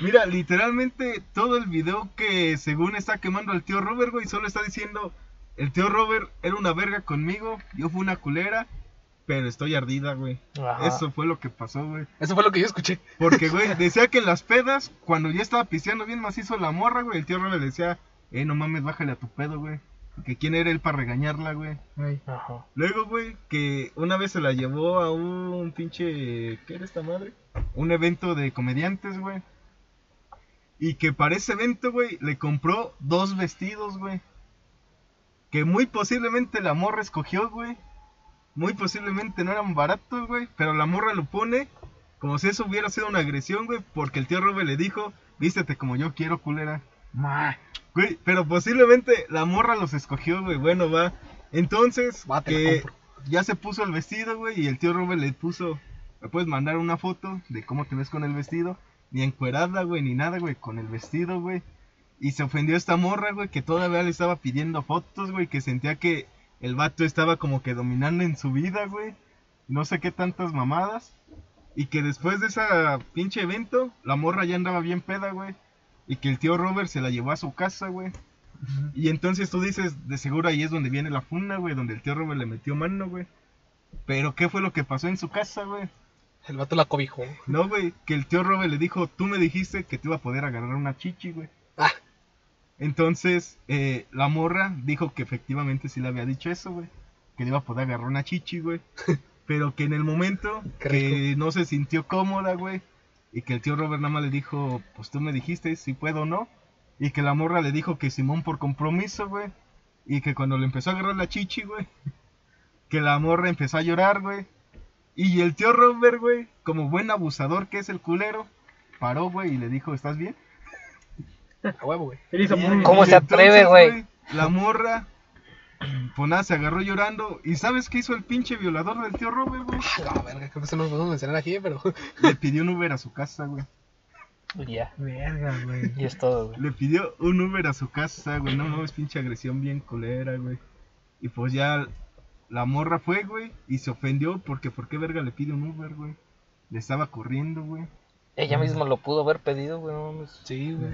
[SPEAKER 3] mira, literalmente todo el video que según está quemando al tío Robert, güey, solo está diciendo, el tío Robert era una verga conmigo, yo fui una culera, pero estoy ardida, güey.
[SPEAKER 4] Ajá.
[SPEAKER 3] Eso fue lo que pasó, güey.
[SPEAKER 1] Eso fue lo que yo escuché.
[SPEAKER 3] Porque, güey, decía que en las pedas, cuando ya estaba piseando bien macizo la morra, güey, el tío Robert decía, eh, no mames, bájale a tu pedo, güey. Porque quién era él para regañarla, güey.
[SPEAKER 4] Ajá.
[SPEAKER 3] Luego, güey, que una vez se la llevó a un pinche. ¿Qué era esta madre? Un evento de comediantes, güey. Y que para ese evento, güey, le compró dos vestidos, güey. Que muy posiblemente la morra escogió, güey. Muy posiblemente no eran baratos, güey. Pero la morra lo pone como si eso hubiera sido una agresión, güey. Porque el tío Robert le dijo: Vístete como yo quiero, culera.
[SPEAKER 2] Ma,
[SPEAKER 3] Güey, pero posiblemente la morra los escogió, güey. Bueno, va. Entonces,
[SPEAKER 1] Va, te la
[SPEAKER 3] que ya se puso el vestido, güey, y el tío Robert le puso, me puedes mandar una foto de cómo te ves con el vestido. Ni encuerada, güey, ni nada, güey, con el vestido, güey. Y se ofendió esta morra, güey, que todavía le estaba pidiendo fotos, güey, que sentía que el vato estaba como que dominando en su vida, güey. No sé qué tantas mamadas. Y que después de ese pinche evento, la morra ya andaba bien peda, güey. Y que el tío Robert se la llevó a su casa, güey. Y entonces tú dices, de seguro ahí es donde viene la funda, güey, donde el tío Robert le metió mano, güey. Pero ¿qué fue lo que pasó en su casa, güey?
[SPEAKER 1] El vato la cobijó.
[SPEAKER 3] No, güey, que el tío Robert le dijo, tú me dijiste que te iba a poder agarrar una chichi, güey.
[SPEAKER 1] Ah.
[SPEAKER 3] Entonces, eh, la morra dijo que efectivamente sí le había dicho eso, güey. Que le iba a poder agarrar una chichi, güey. Pero que en el momento
[SPEAKER 1] Qué
[SPEAKER 3] que no se sintió cómoda, güey. Y que el tío Robert nada más le dijo, pues tú me dijiste si puedo o no. Y que la morra le dijo que Simón por compromiso, güey. Y que cuando le empezó a agarrar la chichi, güey. Que la morra empezó a llorar, güey. Y el tío Robert, güey, como buen abusador que es el culero, paró, güey, y le dijo, ¿estás bien?
[SPEAKER 1] A huevo, güey.
[SPEAKER 5] Él hizo
[SPEAKER 3] Y-
[SPEAKER 5] por-
[SPEAKER 3] y
[SPEAKER 4] ¿Cómo se atreve, güey?
[SPEAKER 3] La morra Pues nada, se agarró llorando. ¿Y sabes qué hizo el pinche violador del tío Robert, güey?
[SPEAKER 1] Ah, la verga, creo que eso no lo podemos mencionar aquí, pero.
[SPEAKER 3] Le pidió un Uber a su casa, güey.
[SPEAKER 4] Y ya.
[SPEAKER 2] Verga, güey.
[SPEAKER 4] Y es todo, güey.
[SPEAKER 3] Le pidió un Uber a su casa, güey. No, no, es pinche agresión bien colera, güey. Y pues ya la morra fue, güey. Y se ofendió porque, ¿por qué verga le pide un Uber, güey? Le estaba corriendo, güey.
[SPEAKER 4] Ella misma lo pudo haber pedido, güey. no mames.
[SPEAKER 1] Sí, güey.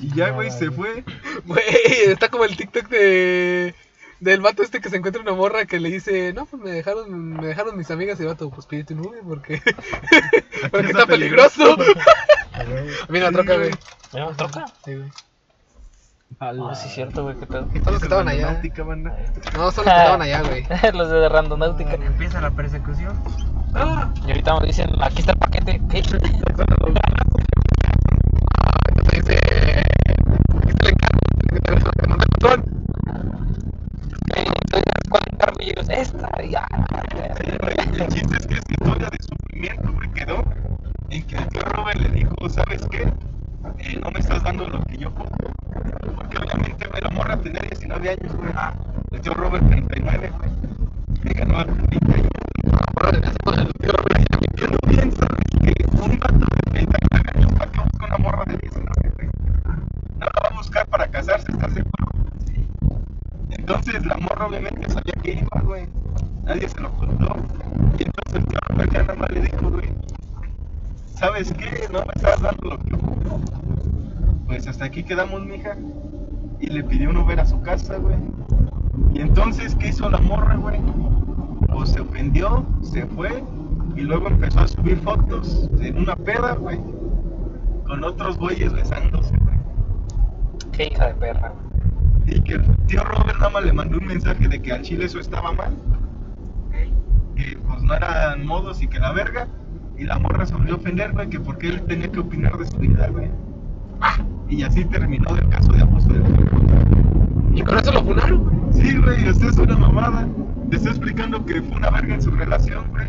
[SPEAKER 3] Y ya, güey, se fue.
[SPEAKER 1] Güey, está como el TikTok de. Del vato este que se encuentra una morra que le dice, no, pues me dejaron, me dejaron mis amigas y el vato, pues pídete un Uber porque, porque está peligroso. Mira,
[SPEAKER 3] Sí,
[SPEAKER 1] troca,
[SPEAKER 3] güey.
[SPEAKER 1] güey.
[SPEAKER 4] Mira, me toca.
[SPEAKER 1] Sí, güey.
[SPEAKER 4] Ah, sí, cierto, güey, qué pedo.
[SPEAKER 1] Son los que estaban allá.
[SPEAKER 3] Náutica, banda.
[SPEAKER 1] No, son los que estaban allá, güey.
[SPEAKER 4] Los de Randonáutica.
[SPEAKER 2] Empieza la persecución.
[SPEAKER 4] Ah, Y ahorita me dicen, aquí está el paquete. ¿Qué? Esta, ya.
[SPEAKER 3] El chiste es que su historia de sufrimiento, güey, quedó en que el tío Robert le dijo, ¿sabes qué? Eh, no me estás dando lo que yo ocupo. Porque obviamente, güey, la morra tenía 19 años, güey. Ah, el tío Robert 39, güey. Le ganó al 30 años. La morra le ganó al tío Robert. Yo no pienso que un vato de 39 años va a buscar una morra de 19, güey. No la va a buscar para casarse, ¿estás seguro? Entonces la morra obviamente sabía que iba, güey. Nadie se lo contó. Y entonces el tío Robert ya nada más le dijo, güey, ¿sabes qué? No me estás dando lo que ocupo. Pues hasta aquí quedamos, mija. Y le pidió un Uber a su casa, güey. Y entonces, ¿qué hizo la morra, güey? Pues se ofendió, se fue. Y luego empezó a subir fotos en una peda, güey. Con otros güeyes besándose, güey.
[SPEAKER 4] Qué hija de perra. güey.
[SPEAKER 3] Y que el tío Robert nada más le mandó un mensaje de que al chile eso estaba mal. Que pues no eran modos y que la verga. Y la morra se volvió a ofender, güey, que porque él tenía que opinar de su vida, güey. Y así terminó el caso de abuso de
[SPEAKER 1] Y con eso lo funaron, güey.
[SPEAKER 3] Sí, güey, usted es una mamada. Te está explicando que fue una verga en su relación, güey.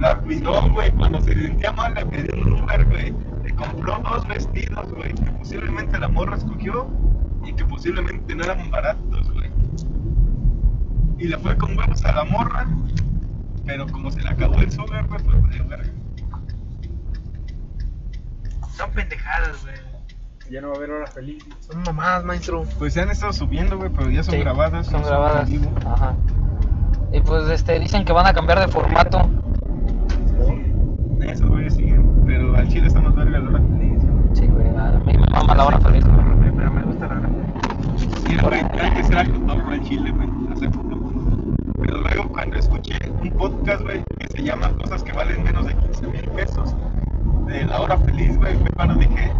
[SPEAKER 3] La cuidó, güey. Cuando se sentía mal, le pidió un Uber, güey. Le compró dos vestidos, güey. Que posiblemente la morra escogió y que posiblemente no eran baratos, güey. Y le fue con huevos a la morra. Pero como se le acabó el Uber, güey, pues valió verga.
[SPEAKER 2] Son pendejadas, güey.
[SPEAKER 5] Ya no va a haber horas felices.
[SPEAKER 1] Son mamás, maestro.
[SPEAKER 3] Pues se han estado subiendo, güey, pero ya son
[SPEAKER 4] Sí,
[SPEAKER 3] grabadas.
[SPEAKER 4] Son
[SPEAKER 3] no
[SPEAKER 4] grabadas.
[SPEAKER 3] en vivo.
[SPEAKER 4] Ajá. Y pues este, dicen que van a cambiar de formato.
[SPEAKER 3] Eso, güey, siguen. Pero al chile está más verga la hora feliz, güey.
[SPEAKER 4] Sí, güey. A mí me mama la hora feliz. güey.
[SPEAKER 2] Pero me gusta la verdad.
[SPEAKER 3] Sí, güey, hay que ser algo torro en Chile, güey, hacer fútbol. Pero luego cuando escuché un podcast, güey, que se llama Cosas que valen menos de 15 mil pesos, de La Hora Feliz, güey, fue cuando dije,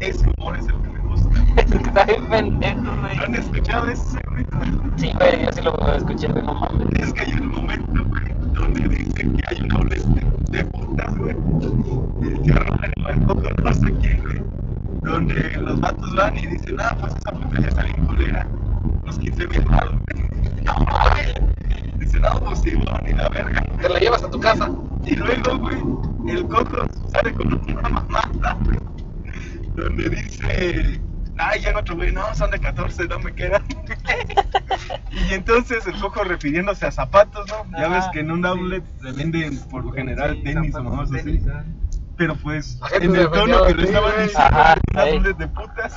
[SPEAKER 3] ese humor es el que me gusta.
[SPEAKER 4] Está bien pendejo, güey.
[SPEAKER 3] ¿Lo han escuchado ese, güey?
[SPEAKER 4] Sí, güey, yo sí lo escuché, güey, no mames.
[SPEAKER 3] Es que hay un momento, güey, donde dicen que hay un doble de, de putas, güey. Y el tío Robert marcó con no sé quién, güey. Donde los vatos van y dicen, ah, pues esa puta ya está bien culera. Los 15 mil malos, güey. No mames. Dicen, no, pues sí, bueno, ni la verga.
[SPEAKER 1] Te la llevas a tu casa.
[SPEAKER 3] Y luego, güey, el coco sale con una mamada, güey. Donde dice, ay, ya no otro güey, no, son de 14, no me quedan. y entonces el coco refiriéndose a zapatos, ¿no? Ya ves que en un outlet se venden por lo general tenis o mamás así. Pero pues,
[SPEAKER 1] La gente
[SPEAKER 3] en
[SPEAKER 1] se
[SPEAKER 3] el
[SPEAKER 1] ofendió,
[SPEAKER 3] tono que le
[SPEAKER 1] sí,
[SPEAKER 3] estaban
[SPEAKER 1] güey.
[SPEAKER 3] diciendo,
[SPEAKER 4] Ajá,
[SPEAKER 3] un
[SPEAKER 4] ahí.
[SPEAKER 3] outlet de putas.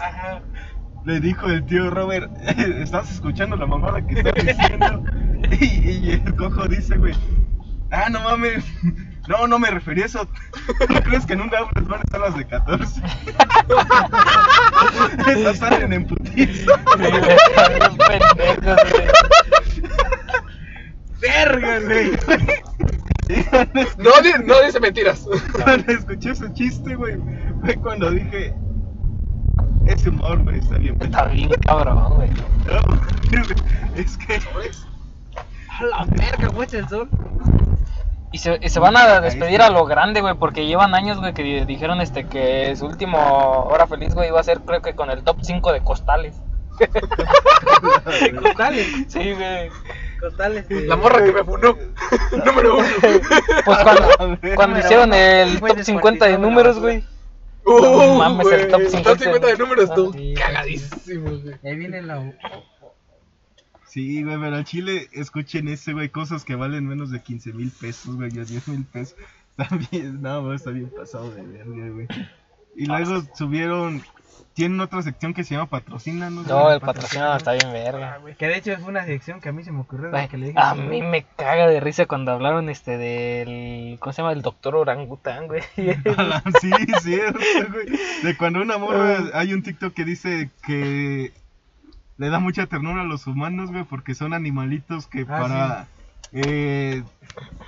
[SPEAKER 3] Le dijo el tío Robert, ¿estás escuchando la mamada que está diciendo? y, y el cojo dice, güey, ah, no mames, no, no me referí a eso. ¿No crees que en un outlet van a estar las de 14? Esas salen en putiza.
[SPEAKER 4] Está bien pendejo, güey.
[SPEAKER 1] ¡Verga, güey!
[SPEAKER 3] Y cuando es-
[SPEAKER 1] No, di- no dice mentiras.
[SPEAKER 3] cuando escuché ese chiste, güey, fue cuando dije, ese humor, güey, está bien.
[SPEAKER 4] Está bien cabrón, güey.
[SPEAKER 3] No, es que...
[SPEAKER 2] A la verga, güey, el sol.
[SPEAKER 4] Y se, y se van a despedir a lo grande, güey, porque llevan años, güey, que di- dijeron este que su último hora feliz, güey, iba a ser, creo que con el top 5 de costales.
[SPEAKER 2] Costales,
[SPEAKER 4] Sí, güey.
[SPEAKER 2] costales.
[SPEAKER 3] Pues,
[SPEAKER 2] güey.
[SPEAKER 1] La morra que me funó. Número uno.
[SPEAKER 4] Pues cuando, cuando
[SPEAKER 2] Número
[SPEAKER 4] hicieron
[SPEAKER 2] uno.
[SPEAKER 4] el
[SPEAKER 2] Fue
[SPEAKER 4] top 50
[SPEAKER 2] descuartizado
[SPEAKER 4] de
[SPEAKER 2] en la
[SPEAKER 4] números,
[SPEAKER 2] basura.
[SPEAKER 4] güey.
[SPEAKER 1] Uh,
[SPEAKER 4] mames,
[SPEAKER 1] güey.
[SPEAKER 4] el top 50.
[SPEAKER 1] de números, tú.
[SPEAKER 2] Sí,
[SPEAKER 1] Cagadísimo, güey.
[SPEAKER 2] Ahí viene la.
[SPEAKER 3] Sí, güey, pero al chile, escuchen ese, güey, cosas que valen menos de 15 mil pesos, güey, a 10 mil pesos. También, no, güey, está bien pasado de verga, güey. Y luego subieron, tienen otra sección que se llama patrocina, ¿no?
[SPEAKER 4] No, el patrocinador está bien verga.
[SPEAKER 2] Que de hecho fue una sección que a mí se me ocurrió.
[SPEAKER 4] Güey,
[SPEAKER 2] Que le dije,
[SPEAKER 4] a mí me caga de risa cuando hablaron este del. ¿Cómo se llama? El doctor Orangután, güey.
[SPEAKER 3] Ala, Sí, cierto, güey. De cuando una morra,
[SPEAKER 4] Ah.
[SPEAKER 3] hay un TikTok que dice que le da mucha ternura a los humanos, güey, porque son animalitos
[SPEAKER 4] Ah,
[SPEAKER 3] que para eh,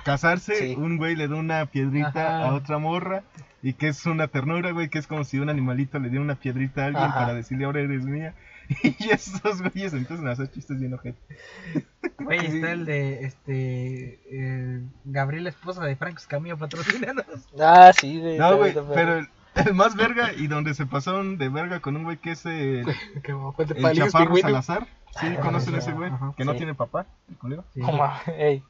[SPEAKER 3] casarse,
[SPEAKER 4] Sí.
[SPEAKER 3] un güey le da una piedrita
[SPEAKER 2] Ajá.
[SPEAKER 3] a otra morra y que es una ternura, güey, que es como si un animalito le diera una piedrita a alguien
[SPEAKER 4] Ajá.
[SPEAKER 3] para decirle ahora eres mía. Y esos güeyes empiezan a hacer chistes bien ojete.
[SPEAKER 2] Güey, está el de este. eh, Gabriel, esposa de Franco Escamillo, patrocínanos.
[SPEAKER 4] Ah, sí, güey.
[SPEAKER 3] No,
[SPEAKER 4] está
[SPEAKER 3] güey,
[SPEAKER 4] bien
[SPEAKER 3] pero el, el más verga y donde se pasaron de verga con un güey que es el,
[SPEAKER 1] Que me fue de
[SPEAKER 3] el
[SPEAKER 1] palillos
[SPEAKER 3] chaparro
[SPEAKER 1] pingüino. Ah,
[SPEAKER 3] Salazar. ¿Sí conocen a ese güey? Que no
[SPEAKER 4] Sí.
[SPEAKER 3] tiene papá, el culero.
[SPEAKER 4] Como, ey,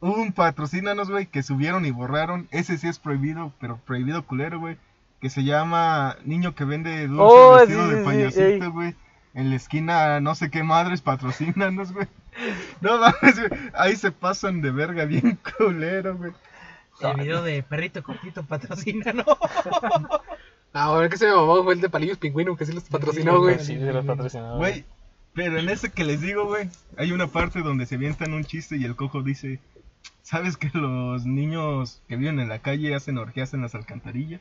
[SPEAKER 3] Hubo un patrocínanos, güey, que subieron y borraron. Ese sí es prohibido, pero prohibido culero, güey. Que se llama Niño que vende dulces
[SPEAKER 4] Oh,
[SPEAKER 3] vestido
[SPEAKER 4] sí,
[SPEAKER 3] de
[SPEAKER 4] sí, sí, ey.
[SPEAKER 3] payasito, güey. En la esquina, no sé qué madres, patrocínanos, güey. No mames, güey. Ahí se pasan de verga bien culero, güey.
[SPEAKER 2] El video de Perrito Coquito, patrocínanos.
[SPEAKER 1] No, a ver que se me mamó fue el de palillos pingüino, que sí los patrocinó, güey.
[SPEAKER 4] sí, de los patrocinadores.
[SPEAKER 3] Güey, pero en ese que les digo, güey, hay una parte donde se avientan un chiste y el cojo dice, ¿sabes que los niños que viven en la calle hacen orgías en las alcantarillas?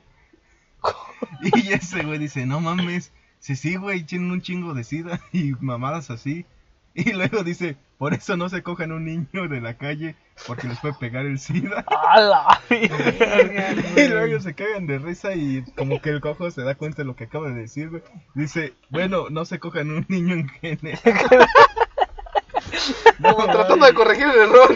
[SPEAKER 3] y ese güey dice, no mames, sí, sí, güey, tienen un chingo de sida y mamadas así. Y luego dice, por eso no se cojan un niño de la calle, porque les puede pegar el sida.
[SPEAKER 4] ¡Hala!
[SPEAKER 3] Y luego se cagan de risa y como que el cojo se da cuenta de lo que acaba de decir, güey. Dice, bueno, no se cojan un niño en general.
[SPEAKER 1] Como tratando de corregir el error.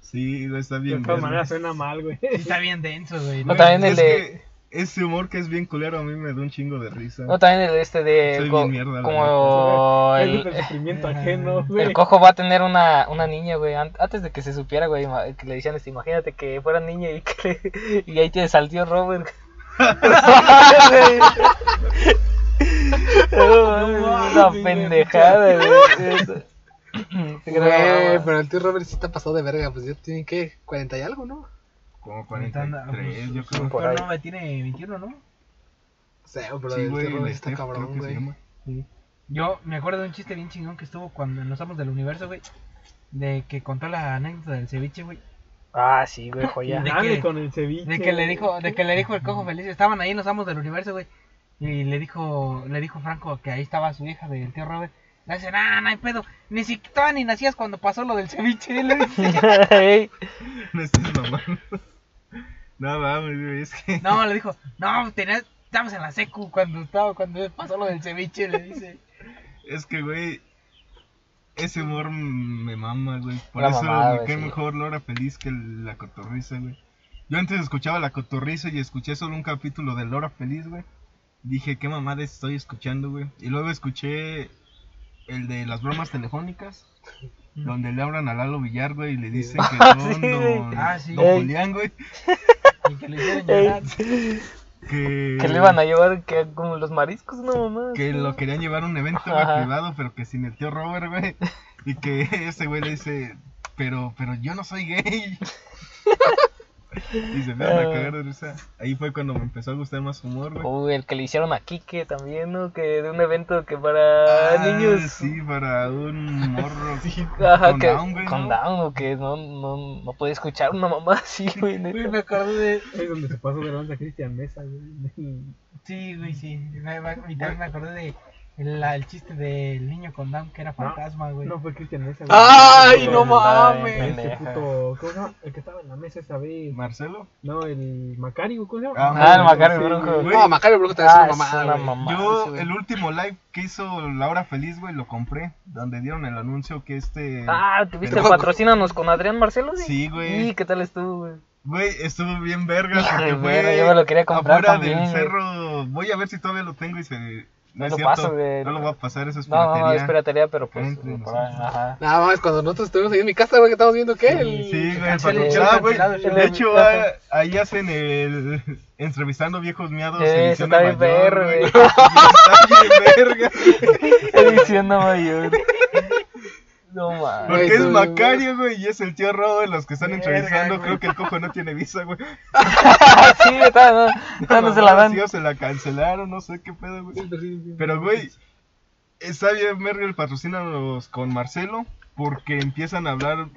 [SPEAKER 3] Sí, güey, está
[SPEAKER 5] De
[SPEAKER 3] bien.
[SPEAKER 5] todas
[SPEAKER 3] verga.
[SPEAKER 5] maneras suena mal, güey.
[SPEAKER 2] Sí, está bien denso, güey.
[SPEAKER 4] No, también
[SPEAKER 3] es
[SPEAKER 4] el de-
[SPEAKER 3] que ese humor que es bien culero a mí me da un chingo de risa.
[SPEAKER 4] No, también el este de.
[SPEAKER 3] Soy
[SPEAKER 4] co-
[SPEAKER 3] bien mierda, la
[SPEAKER 4] como
[SPEAKER 5] Ese es
[SPEAKER 4] el,
[SPEAKER 5] el sufrimiento ajeno, güey.
[SPEAKER 4] el cojo va a tener una, una niña, güey. an- Antes de que se supiera, güey, ma- que le decían, este, imagínate que fuera niña y que le- y ahí tienes al tío Robert. No, mames, una pendejada, güey. Eso.
[SPEAKER 1] Güey, pero el tío Robert sí está pasado de verga, pues ya tiene que 40 y algo, ¿no?
[SPEAKER 3] Como
[SPEAKER 2] Ahorita anda,
[SPEAKER 3] 43, yo creo.
[SPEAKER 4] por
[SPEAKER 2] Pero
[SPEAKER 4] ahí.
[SPEAKER 2] no, me tiene 21, ¿no?
[SPEAKER 1] O sea, pero
[SPEAKER 3] Sí,
[SPEAKER 1] el
[SPEAKER 3] güey,
[SPEAKER 1] tío
[SPEAKER 3] el
[SPEAKER 1] Robert está
[SPEAKER 3] Steph, creo
[SPEAKER 1] este cabrón,
[SPEAKER 3] que se
[SPEAKER 1] güey.
[SPEAKER 3] llama.
[SPEAKER 2] Yo me acuerdo de un chiste bien chingón que estuvo cuando en los amos del universo, güey. De que contó la anécdota del ceviche, güey.
[SPEAKER 4] Ah, sí, güey, joya.
[SPEAKER 2] de
[SPEAKER 5] Dale
[SPEAKER 2] que-
[SPEAKER 5] con el ceviche.
[SPEAKER 2] De que le dijo, de que le dijo el cojo feliz, estaban ahí en los amos del universo, güey. Y le dijo, le dijo Franco que ahí estaba su hija del tío Robert. Le dice, ah, no hay pedo, ni siquiera ni nacías cuando pasó lo del ceviche. le dice.
[SPEAKER 4] Ey,
[SPEAKER 3] Me estás mamando. No mames, güey, es que.
[SPEAKER 2] no, le dijo, no, tenías, estabas en la secu cuando estaba, cuando pasó lo del ceviche, le dice.
[SPEAKER 3] Es que, güey, ese humor me mama, güey. Por
[SPEAKER 4] La
[SPEAKER 3] eso
[SPEAKER 4] mamada,
[SPEAKER 3] me
[SPEAKER 4] güey,
[SPEAKER 3] cae
[SPEAKER 4] sí.
[SPEAKER 3] mejor Laura Feliz que la cotorriza, güey. Yo antes escuchaba la cotorriza y escuché solo un capítulo de Laura Feliz, güey. Dije, qué mamada estoy escuchando, güey. Y luego escuché el de las bromas telefónicas.
[SPEAKER 2] Mm.
[SPEAKER 3] Donde le hablan a Lalo Villar, güey, y le dicen que son
[SPEAKER 4] Sí, güey.
[SPEAKER 3] don,
[SPEAKER 2] Ah, sí.
[SPEAKER 3] don
[SPEAKER 4] Ey.
[SPEAKER 3] Julián, güey.
[SPEAKER 2] Y que le hicieron llorar.
[SPEAKER 3] Que,
[SPEAKER 4] que le iban a llevar que, como los mariscos, no mamá.
[SPEAKER 3] que lo querían llevar a un evento güey,
[SPEAKER 4] Ajá.
[SPEAKER 3] privado, pero que sin el tío Robert, güey. Y que ese güey le dice, pero, pero yo no soy gay. y se me a cagar de risa. Ahí fue cuando me empezó a gustar más humor, güey.
[SPEAKER 4] Uy, el que le hicieron a Kike también, ¿no? Que de un evento que para
[SPEAKER 3] Ah,
[SPEAKER 4] niños.
[SPEAKER 3] Sí, para un morro.
[SPEAKER 4] Ajá,
[SPEAKER 3] con
[SPEAKER 4] que,
[SPEAKER 3] Down, güey, ¿no?
[SPEAKER 4] con Down, o que no, no, no podía escuchar una mamá así, güey. neta.
[SPEAKER 2] Güey, me acordé de...
[SPEAKER 5] Es donde se pasó de lanza Cristian Mesa, güey.
[SPEAKER 2] Sí, güey, sí. Me, me, y también me acordé de la- el chiste del niño con Down que era fantasma, güey.
[SPEAKER 5] No fue Cristian Mesa, güey.
[SPEAKER 1] ¡Ay,
[SPEAKER 4] Pero
[SPEAKER 1] no
[SPEAKER 4] andaba bien
[SPEAKER 1] mames!
[SPEAKER 5] Este
[SPEAKER 4] pendeja.
[SPEAKER 5] puto, ¿cómo se llama? El que estaba en la mesa esa vez.
[SPEAKER 3] Marcelo.
[SPEAKER 5] No, el Macario, ¿cómo se llama?
[SPEAKER 3] Ah,
[SPEAKER 4] Ah, el Macario
[SPEAKER 3] Sí,
[SPEAKER 4] Brujo.
[SPEAKER 3] güey.
[SPEAKER 1] No, Macario Brujo también
[SPEAKER 4] Ah,
[SPEAKER 1] es una mamada, güey.
[SPEAKER 4] mamá.
[SPEAKER 3] Yo, el último live que hizo Laura Feliz, güey, lo compré. Donde dieron el anuncio que este.
[SPEAKER 4] Ah, ¿tuviste el
[SPEAKER 3] Pero-
[SPEAKER 4] patrocínanos con Adrián Marcelo?
[SPEAKER 3] Sí, güey.
[SPEAKER 4] ¿Y qué tal estuvo, güey?
[SPEAKER 3] Güey, estuvo bien verga
[SPEAKER 4] Hijo de
[SPEAKER 3] porque
[SPEAKER 4] verga,
[SPEAKER 3] fue
[SPEAKER 4] yo me lo quería comprar
[SPEAKER 3] afuera
[SPEAKER 4] también,
[SPEAKER 3] del
[SPEAKER 4] güey.
[SPEAKER 3] cerro. Voy a ver si todavía lo tengo y se no,
[SPEAKER 4] No
[SPEAKER 3] es
[SPEAKER 4] lo
[SPEAKER 3] cierto.
[SPEAKER 4] paso, güey.
[SPEAKER 3] no lo voy a pasar, eso es
[SPEAKER 4] No, no, no,
[SPEAKER 3] piratería.
[SPEAKER 4] es piratería, pero pues.
[SPEAKER 3] Entre
[SPEAKER 4] por
[SPEAKER 3] nosotros.
[SPEAKER 4] ahí, ajá.
[SPEAKER 1] Nada más, cuando nosotros estuvimos ahí en mi casa, güey, que estamos viendo qué. El-
[SPEAKER 3] Sí, güey,
[SPEAKER 2] Cancela
[SPEAKER 3] porque-
[SPEAKER 4] el
[SPEAKER 3] ah,
[SPEAKER 2] show,
[SPEAKER 3] güey,
[SPEAKER 2] cancelado el show.
[SPEAKER 3] De hecho, ah, ahí hacen el entrevistando viejos miados.
[SPEAKER 4] Eh,
[SPEAKER 3] edición
[SPEAKER 4] está
[SPEAKER 3] de
[SPEAKER 4] bien
[SPEAKER 3] Nueva York,
[SPEAKER 4] verga,
[SPEAKER 3] güey. Está bien verga.
[SPEAKER 4] Edición Nueva York. No mames.
[SPEAKER 3] Porque
[SPEAKER 1] Güey,
[SPEAKER 3] es
[SPEAKER 1] no,
[SPEAKER 3] Macario, güey, y es el tío Robo de los que están
[SPEAKER 2] Verga,
[SPEAKER 3] entrevistando.
[SPEAKER 2] güey.
[SPEAKER 3] Creo que el cojo no tiene visa, güey.
[SPEAKER 4] Ah, Sí, está, no, está, no se la
[SPEAKER 3] Mamá,
[SPEAKER 4] dan.
[SPEAKER 3] sí, o se la cancelaron, no sé qué pedo, güey. Pero, güey, está bien, Merrill patrocina los con Marcelo porque empiezan a hablar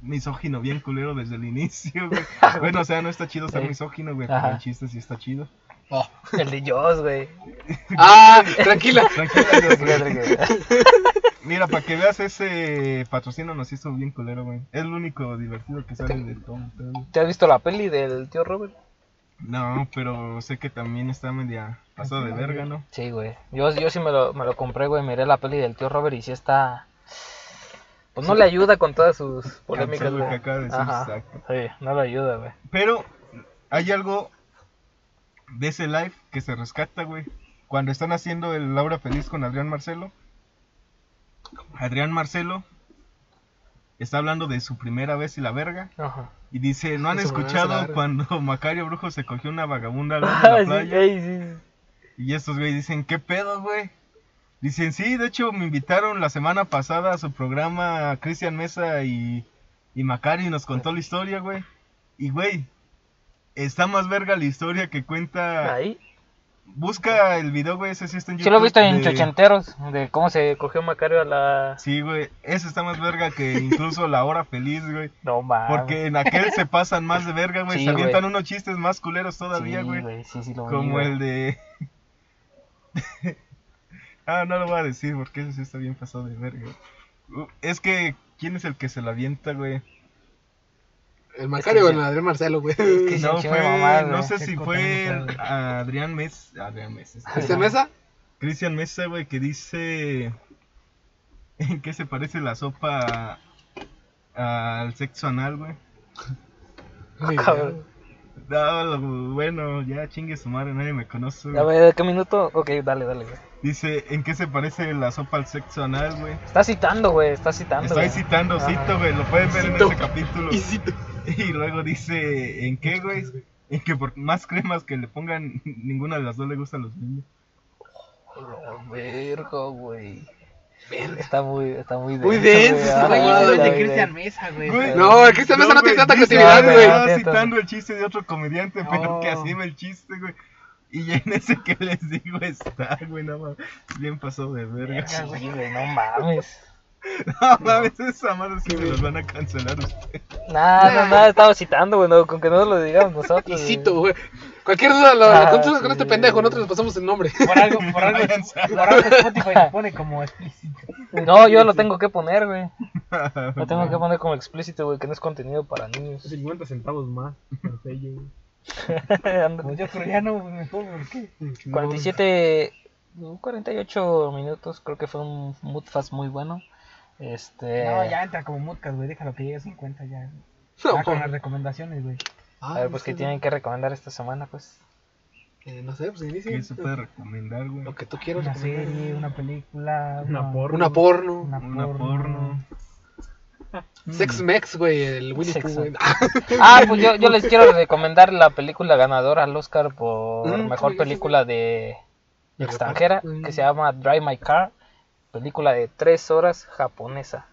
[SPEAKER 3] misógino bien culero desde el inicio, güey. Bueno, o sea, no está chido ser misógino, güey, pero
[SPEAKER 4] Ajá.
[SPEAKER 3] el chiste sí está chido.
[SPEAKER 4] El de Joss, güey.
[SPEAKER 1] Ah, tranquila.
[SPEAKER 3] Tranquilo, güey.
[SPEAKER 4] Verga.
[SPEAKER 3] Mira, para que veas ese patrocinio nos hizo bien culero, güey. Es lo único divertido que sale del Tom. pero-
[SPEAKER 4] ¿Te has visto la peli del tío Robert?
[SPEAKER 3] No, pero sé que también está media pasada de verga, ¿no?
[SPEAKER 4] Sí, güey. Yo, yo sí me lo, me lo compré, güey. Miré la peli del tío Robert y sí está. Pues no le ayuda con todas sus polémicas,
[SPEAKER 3] Cancel lo que
[SPEAKER 4] güey.
[SPEAKER 3] acaba de decir,
[SPEAKER 4] Ajá.
[SPEAKER 3] exacto.
[SPEAKER 4] Sí, no le ayuda, güey.
[SPEAKER 3] Pero hay algo de ese live que se rescata, güey. Cuando están haciendo el Laura Feliz con Adrián Marcelo. Adrián Marcelo está hablando de su primera vez y la verga.
[SPEAKER 4] Ajá.
[SPEAKER 3] Y dice, ¿no han
[SPEAKER 1] Su primera vez y la
[SPEAKER 3] escuchado
[SPEAKER 1] verga".
[SPEAKER 3] cuando Macario Brujo se cogió una vagabunda al lado de la
[SPEAKER 4] Ah, sí,
[SPEAKER 3] playa?
[SPEAKER 4] ey, sí.
[SPEAKER 3] Y estos güey dicen, ¿qué pedo, güey? Dicen, sí, de hecho me invitaron la semana pasada a su programa Cristian Mesa y, y Macari y nos contó la historia, güey. Y, güey, está más verga la historia que cuenta...
[SPEAKER 4] Ahí.
[SPEAKER 3] Busca el video, güey, ese sí está en YouTube.
[SPEAKER 4] Sí lo he visto en
[SPEAKER 3] de-
[SPEAKER 4] Chochenteros, de cómo se cogió Macario a la.
[SPEAKER 3] Sí, güey, ese está más verga que incluso La Hora Feliz, güey.
[SPEAKER 4] No mames.
[SPEAKER 3] Porque en aquel se pasan más de verga, güey.
[SPEAKER 4] Ah. Sí,
[SPEAKER 3] se avientan
[SPEAKER 4] güey.
[SPEAKER 3] unos chistes más culeros todavía,
[SPEAKER 4] sí,
[SPEAKER 3] güey.
[SPEAKER 4] Sí, sí, lo vi,
[SPEAKER 3] Como
[SPEAKER 4] güey.
[SPEAKER 3] el de. ah, no lo voy a decir porque eso sí está bien pasado de verga. Uh, Es que, ¿quién es el que se la avienta, güey?
[SPEAKER 1] El Macario o el Adrián Marcelo, güey.
[SPEAKER 4] que sí,
[SPEAKER 3] No,
[SPEAKER 4] un chingo
[SPEAKER 3] fue,
[SPEAKER 4] de mamadas,
[SPEAKER 3] no
[SPEAKER 4] güey.
[SPEAKER 3] sé
[SPEAKER 2] Qué
[SPEAKER 3] si
[SPEAKER 2] cosa
[SPEAKER 3] fue
[SPEAKER 2] tan
[SPEAKER 3] el- a Adrián Mesa. Adrián Mesa. este,
[SPEAKER 1] ¿Este mesa?
[SPEAKER 3] Cristian Mesa, güey, que dice. ¿En qué se parece la sopa a- al sexo anal, güey?
[SPEAKER 1] Ay,
[SPEAKER 4] Cabrón.
[SPEAKER 3] No, lo- bueno, ya chingue su madre, nadie me conoce.
[SPEAKER 4] A
[SPEAKER 3] güey.
[SPEAKER 4] ver, ¿qué minuto? Ok, dale, dale, güey.
[SPEAKER 3] Dice, ¿en qué se parece la sopa al sexo anal, güey?
[SPEAKER 4] Está citando, güey, está citando.
[SPEAKER 3] Estoy
[SPEAKER 4] güey.
[SPEAKER 3] citando,
[SPEAKER 4] Ajá.
[SPEAKER 3] cito, güey, lo pueden ver en
[SPEAKER 1] Cito.
[SPEAKER 3] ese capítulo.
[SPEAKER 1] Y sí,
[SPEAKER 3] Y luego dice, ¿en qué, güey? En que por más cremas que le pongan, ninguna de las dos le gusta a los niños.
[SPEAKER 4] Oh, verga, güey. Está muy, está muy denso.
[SPEAKER 1] Muy denso,
[SPEAKER 4] güey.
[SPEAKER 1] está
[SPEAKER 4] Ajá,
[SPEAKER 2] Güey, eso es
[SPEAKER 4] está
[SPEAKER 2] de
[SPEAKER 4] muy
[SPEAKER 2] Cristian
[SPEAKER 4] denso.
[SPEAKER 2] Mesa, güey.
[SPEAKER 3] Güey,
[SPEAKER 1] No, el Cristian Mesa no tiene
[SPEAKER 3] güey,
[SPEAKER 1] tanta
[SPEAKER 3] dice,
[SPEAKER 1] creatividad,
[SPEAKER 3] "Ah,
[SPEAKER 1] güey.
[SPEAKER 4] no,
[SPEAKER 3] Estaba
[SPEAKER 4] cierto.
[SPEAKER 3] citando el chiste de otro comediante, pero que
[SPEAKER 2] Oh.
[SPEAKER 3] así el chiste, güey. Y ya en ese que les digo está, güey, no mames. Bien pasado de verga.
[SPEAKER 4] Sí, güey, no mames.
[SPEAKER 3] No mames, esa madre sí me los van a cancelar ustedes.
[SPEAKER 4] Nada, no, nada, estaba citando, güey, no, con que no lo digamos
[SPEAKER 1] Y
[SPEAKER 4] nosotros.
[SPEAKER 1] cito, güey. Cualquier duda lo
[SPEAKER 4] Ah,
[SPEAKER 1] consultas con
[SPEAKER 4] sí.
[SPEAKER 1] este pendejo, nosotros les pasamos el nombre.
[SPEAKER 2] Por algo, por algo, por algo Spotify lo pone como explícito.
[SPEAKER 4] güey. No, yo lo tengo que poner, güey. Lo tengo
[SPEAKER 3] Güey.
[SPEAKER 4] que poner como explícito, güey, que no es contenido para niños.
[SPEAKER 5] 50 centavos más. por sello, güey.
[SPEAKER 4] Ándale.
[SPEAKER 2] Pues yo creo ya no me pongo por qué.
[SPEAKER 4] 47, 48 minutos, creo que fue un mudfast muy bueno. Este,
[SPEAKER 2] No, ya entra como mudcast, güey. Déjalo que llegue a 50 ya.
[SPEAKER 1] No, pues.
[SPEAKER 2] Ya con
[SPEAKER 1] mames.
[SPEAKER 2] las recomendaciones, güey.
[SPEAKER 1] Ah,
[SPEAKER 4] a ver, pues que
[SPEAKER 1] sí.
[SPEAKER 4] tienen que recomendar esta semana, pues.
[SPEAKER 1] Eh, no sé, pues
[SPEAKER 3] ¿Qué
[SPEAKER 1] inicia.
[SPEAKER 3] se puede recomendar, güey?
[SPEAKER 1] Lo que tú quieras.
[SPEAKER 2] Una
[SPEAKER 1] recomendar.
[SPEAKER 2] serie, una película,
[SPEAKER 5] Una porra.
[SPEAKER 1] Una porno.
[SPEAKER 2] una
[SPEAKER 3] Una Mm. porno.
[SPEAKER 1] Sex Mex, güey. El Winnie
[SPEAKER 4] Sex
[SPEAKER 1] Pooh, güey.
[SPEAKER 4] Ah, pues yo, yo les quiero recomendar la película ganadora al Oscar por
[SPEAKER 1] Mm,
[SPEAKER 4] mejor
[SPEAKER 1] sí, sí, sí.
[SPEAKER 4] película de
[SPEAKER 1] De
[SPEAKER 4] extranjera,
[SPEAKER 1] reparto.
[SPEAKER 4] que se llama Drive My Car, película de 3 horas japonesa.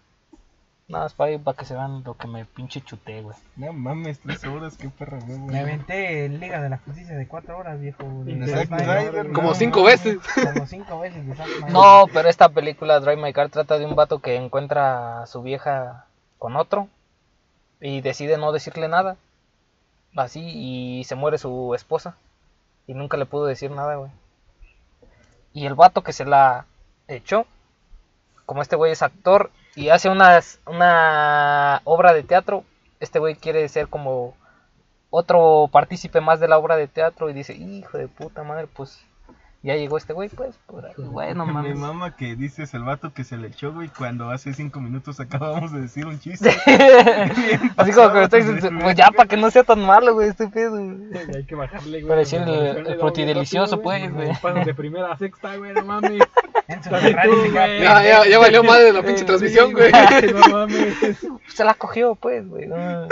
[SPEAKER 4] Nada más para, para que se vean lo que me pinche chuté, güey.
[SPEAKER 3] No mames, tres horas, qué perra, güey.
[SPEAKER 2] Me aventé en Liga de la Justicia de 4 horas, viejo. de
[SPEAKER 3] De
[SPEAKER 2] Zack
[SPEAKER 3] Zack
[SPEAKER 2] Snyder.
[SPEAKER 3] Snyder,
[SPEAKER 1] Como
[SPEAKER 3] no,
[SPEAKER 1] cinco
[SPEAKER 3] no.
[SPEAKER 1] veces.
[SPEAKER 2] Como 5 veces de Zack Snyder.
[SPEAKER 4] No, pero esta película Drive My Car trata de un vato que encuentra a su vieja con otro y decide no decirle nada. Así y se muere su esposa y nunca le pudo decir nada, güey. Y el vato que se la echó, como este güey es actor y hace unas, una obra de teatro, este güey quiere ser como otro partícipe más de la obra de teatro y dice, hijo de puta madre, pues ya llegó este güey, pues, por ahí, bueno,
[SPEAKER 3] Mi
[SPEAKER 4] mames.
[SPEAKER 3] mamá que dices el vato que se le echó, güey, cuando hace cinco minutos acabamos de decir un chiste.
[SPEAKER 4] Así como que me estoy
[SPEAKER 3] pasado, güey.
[SPEAKER 4] pues ya para que no sea tan malo, güey, este pedo.
[SPEAKER 5] Hay que bajarle, güey.
[SPEAKER 4] Para decir
[SPEAKER 5] la
[SPEAKER 4] el-
[SPEAKER 5] revolución
[SPEAKER 4] el
[SPEAKER 5] era
[SPEAKER 4] frutidelicioso,
[SPEAKER 5] muy rápido,
[SPEAKER 4] pues, güey.
[SPEAKER 5] Pasas de primera a sexta, güey, no mames.
[SPEAKER 2] En
[SPEAKER 4] Ah,
[SPEAKER 2] su
[SPEAKER 5] También
[SPEAKER 2] Ferrari
[SPEAKER 5] tú,
[SPEAKER 2] se
[SPEAKER 5] güey.
[SPEAKER 1] Ya,
[SPEAKER 2] queda
[SPEAKER 1] ya, ya valió madre la pinche
[SPEAKER 4] Eh,
[SPEAKER 1] transmisión, güey.
[SPEAKER 5] No mames.
[SPEAKER 4] Se la cogió, pues, güey. no.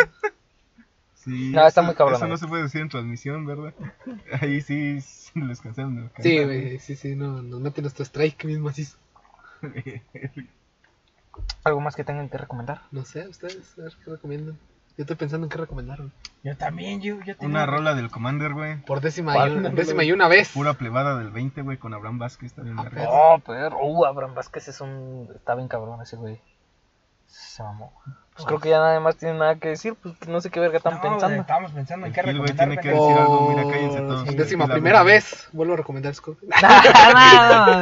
[SPEAKER 3] Sí,
[SPEAKER 4] No, está
[SPEAKER 3] eso-
[SPEAKER 4] muy cabrón, eh.
[SPEAKER 3] Eso no
[SPEAKER 4] güey.
[SPEAKER 3] se puede decir en transmisión, ¿verdad? Ahí sí s- les cancelan el canal.
[SPEAKER 1] Sí, güey. Sí, sí, no, no, no tienes tu strike mismo así.
[SPEAKER 4] ¿Algo más que tengan que recomendar?
[SPEAKER 1] No sé, ustedes, a ver qué recomiendan. Yo estoy pensando en qué recomendar, güey.
[SPEAKER 2] Yo también, yo, yo tengo.
[SPEAKER 3] Una rola del Commander, güey.
[SPEAKER 1] Por décima y,
[SPEAKER 4] ¿Cuál?
[SPEAKER 1] una, décima y una vez.
[SPEAKER 3] Pura plebada del 20, güey, con Abraham Vázquez. Está
[SPEAKER 4] Ah,
[SPEAKER 3] bien, verga.
[SPEAKER 4] No, pero. Uh, Abraham Vázquez es un. Está bien cabrón ese güey. Se mamó. Pues creo que ya nada más tiene nada que decir. Pues no sé qué verga están
[SPEAKER 2] No,
[SPEAKER 4] pensando.
[SPEAKER 2] Estábamos pensando en
[SPEAKER 3] El
[SPEAKER 2] qué
[SPEAKER 3] Gil, güey,
[SPEAKER 2] recomendar.
[SPEAKER 3] tiene que
[SPEAKER 2] verga.
[SPEAKER 3] decir algo, mira, cállense
[SPEAKER 1] Por
[SPEAKER 3] todos.
[SPEAKER 1] Décima
[SPEAKER 3] Tranquila,
[SPEAKER 1] primera
[SPEAKER 3] güey.
[SPEAKER 1] vez. Vuelvo a recomendar Scoop.
[SPEAKER 4] Ah,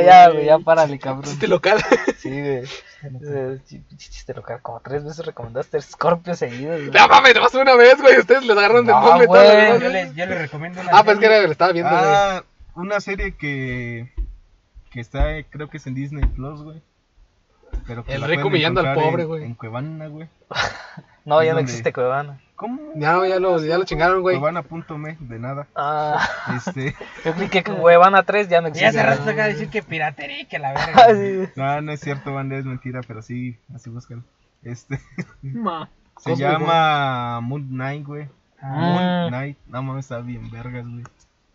[SPEAKER 4] ya, güey, ya párale, cabrón.
[SPEAKER 1] Este local.
[SPEAKER 4] Sí, güey. Eh, ch- ch- Chiste local, como tres veces recomendaste Scorpio seguido. güey.
[SPEAKER 1] No mames, nomás una vez, güey. Ustedes les agarran de
[SPEAKER 4] No,
[SPEAKER 1] mame
[SPEAKER 4] güey,
[SPEAKER 1] todas las
[SPEAKER 2] Yo
[SPEAKER 1] veces.
[SPEAKER 2] les, yo les recomiendo una.
[SPEAKER 1] Ah, pues que
[SPEAKER 2] serie.
[SPEAKER 1] era, lo estaba viendo, güey.
[SPEAKER 3] Ah, una serie que. Que está, eh, creo que es en Disney Plus, güey. Pero que
[SPEAKER 1] El
[SPEAKER 3] la
[SPEAKER 1] rico
[SPEAKER 3] pueden
[SPEAKER 1] humillando al
[SPEAKER 3] encontrar
[SPEAKER 1] pobre,
[SPEAKER 3] en-
[SPEAKER 1] güey.
[SPEAKER 3] En Cuevana, güey.
[SPEAKER 4] No, ya no
[SPEAKER 3] ¿Dónde?
[SPEAKER 4] existe Cuevana.
[SPEAKER 3] ¿Cómo?
[SPEAKER 1] Ya, ya lo, ya lo chingaron, güey.
[SPEAKER 3] Cuevana.me, de nada.
[SPEAKER 4] Ah,
[SPEAKER 3] Este.
[SPEAKER 4] yo creí que Cuevana 3 ya no
[SPEAKER 2] Ya hace
[SPEAKER 4] existe.
[SPEAKER 2] rato toca decir que piratería y que la verga.
[SPEAKER 3] No, no es cierto, banda, es mentira, pero sí, así buscan. Este.
[SPEAKER 6] Ma.
[SPEAKER 3] Se
[SPEAKER 1] Cosmo,
[SPEAKER 3] llama Moon Knight, güey.
[SPEAKER 4] Ah.
[SPEAKER 3] Moon Knight. No mames, está bien vergas, güey.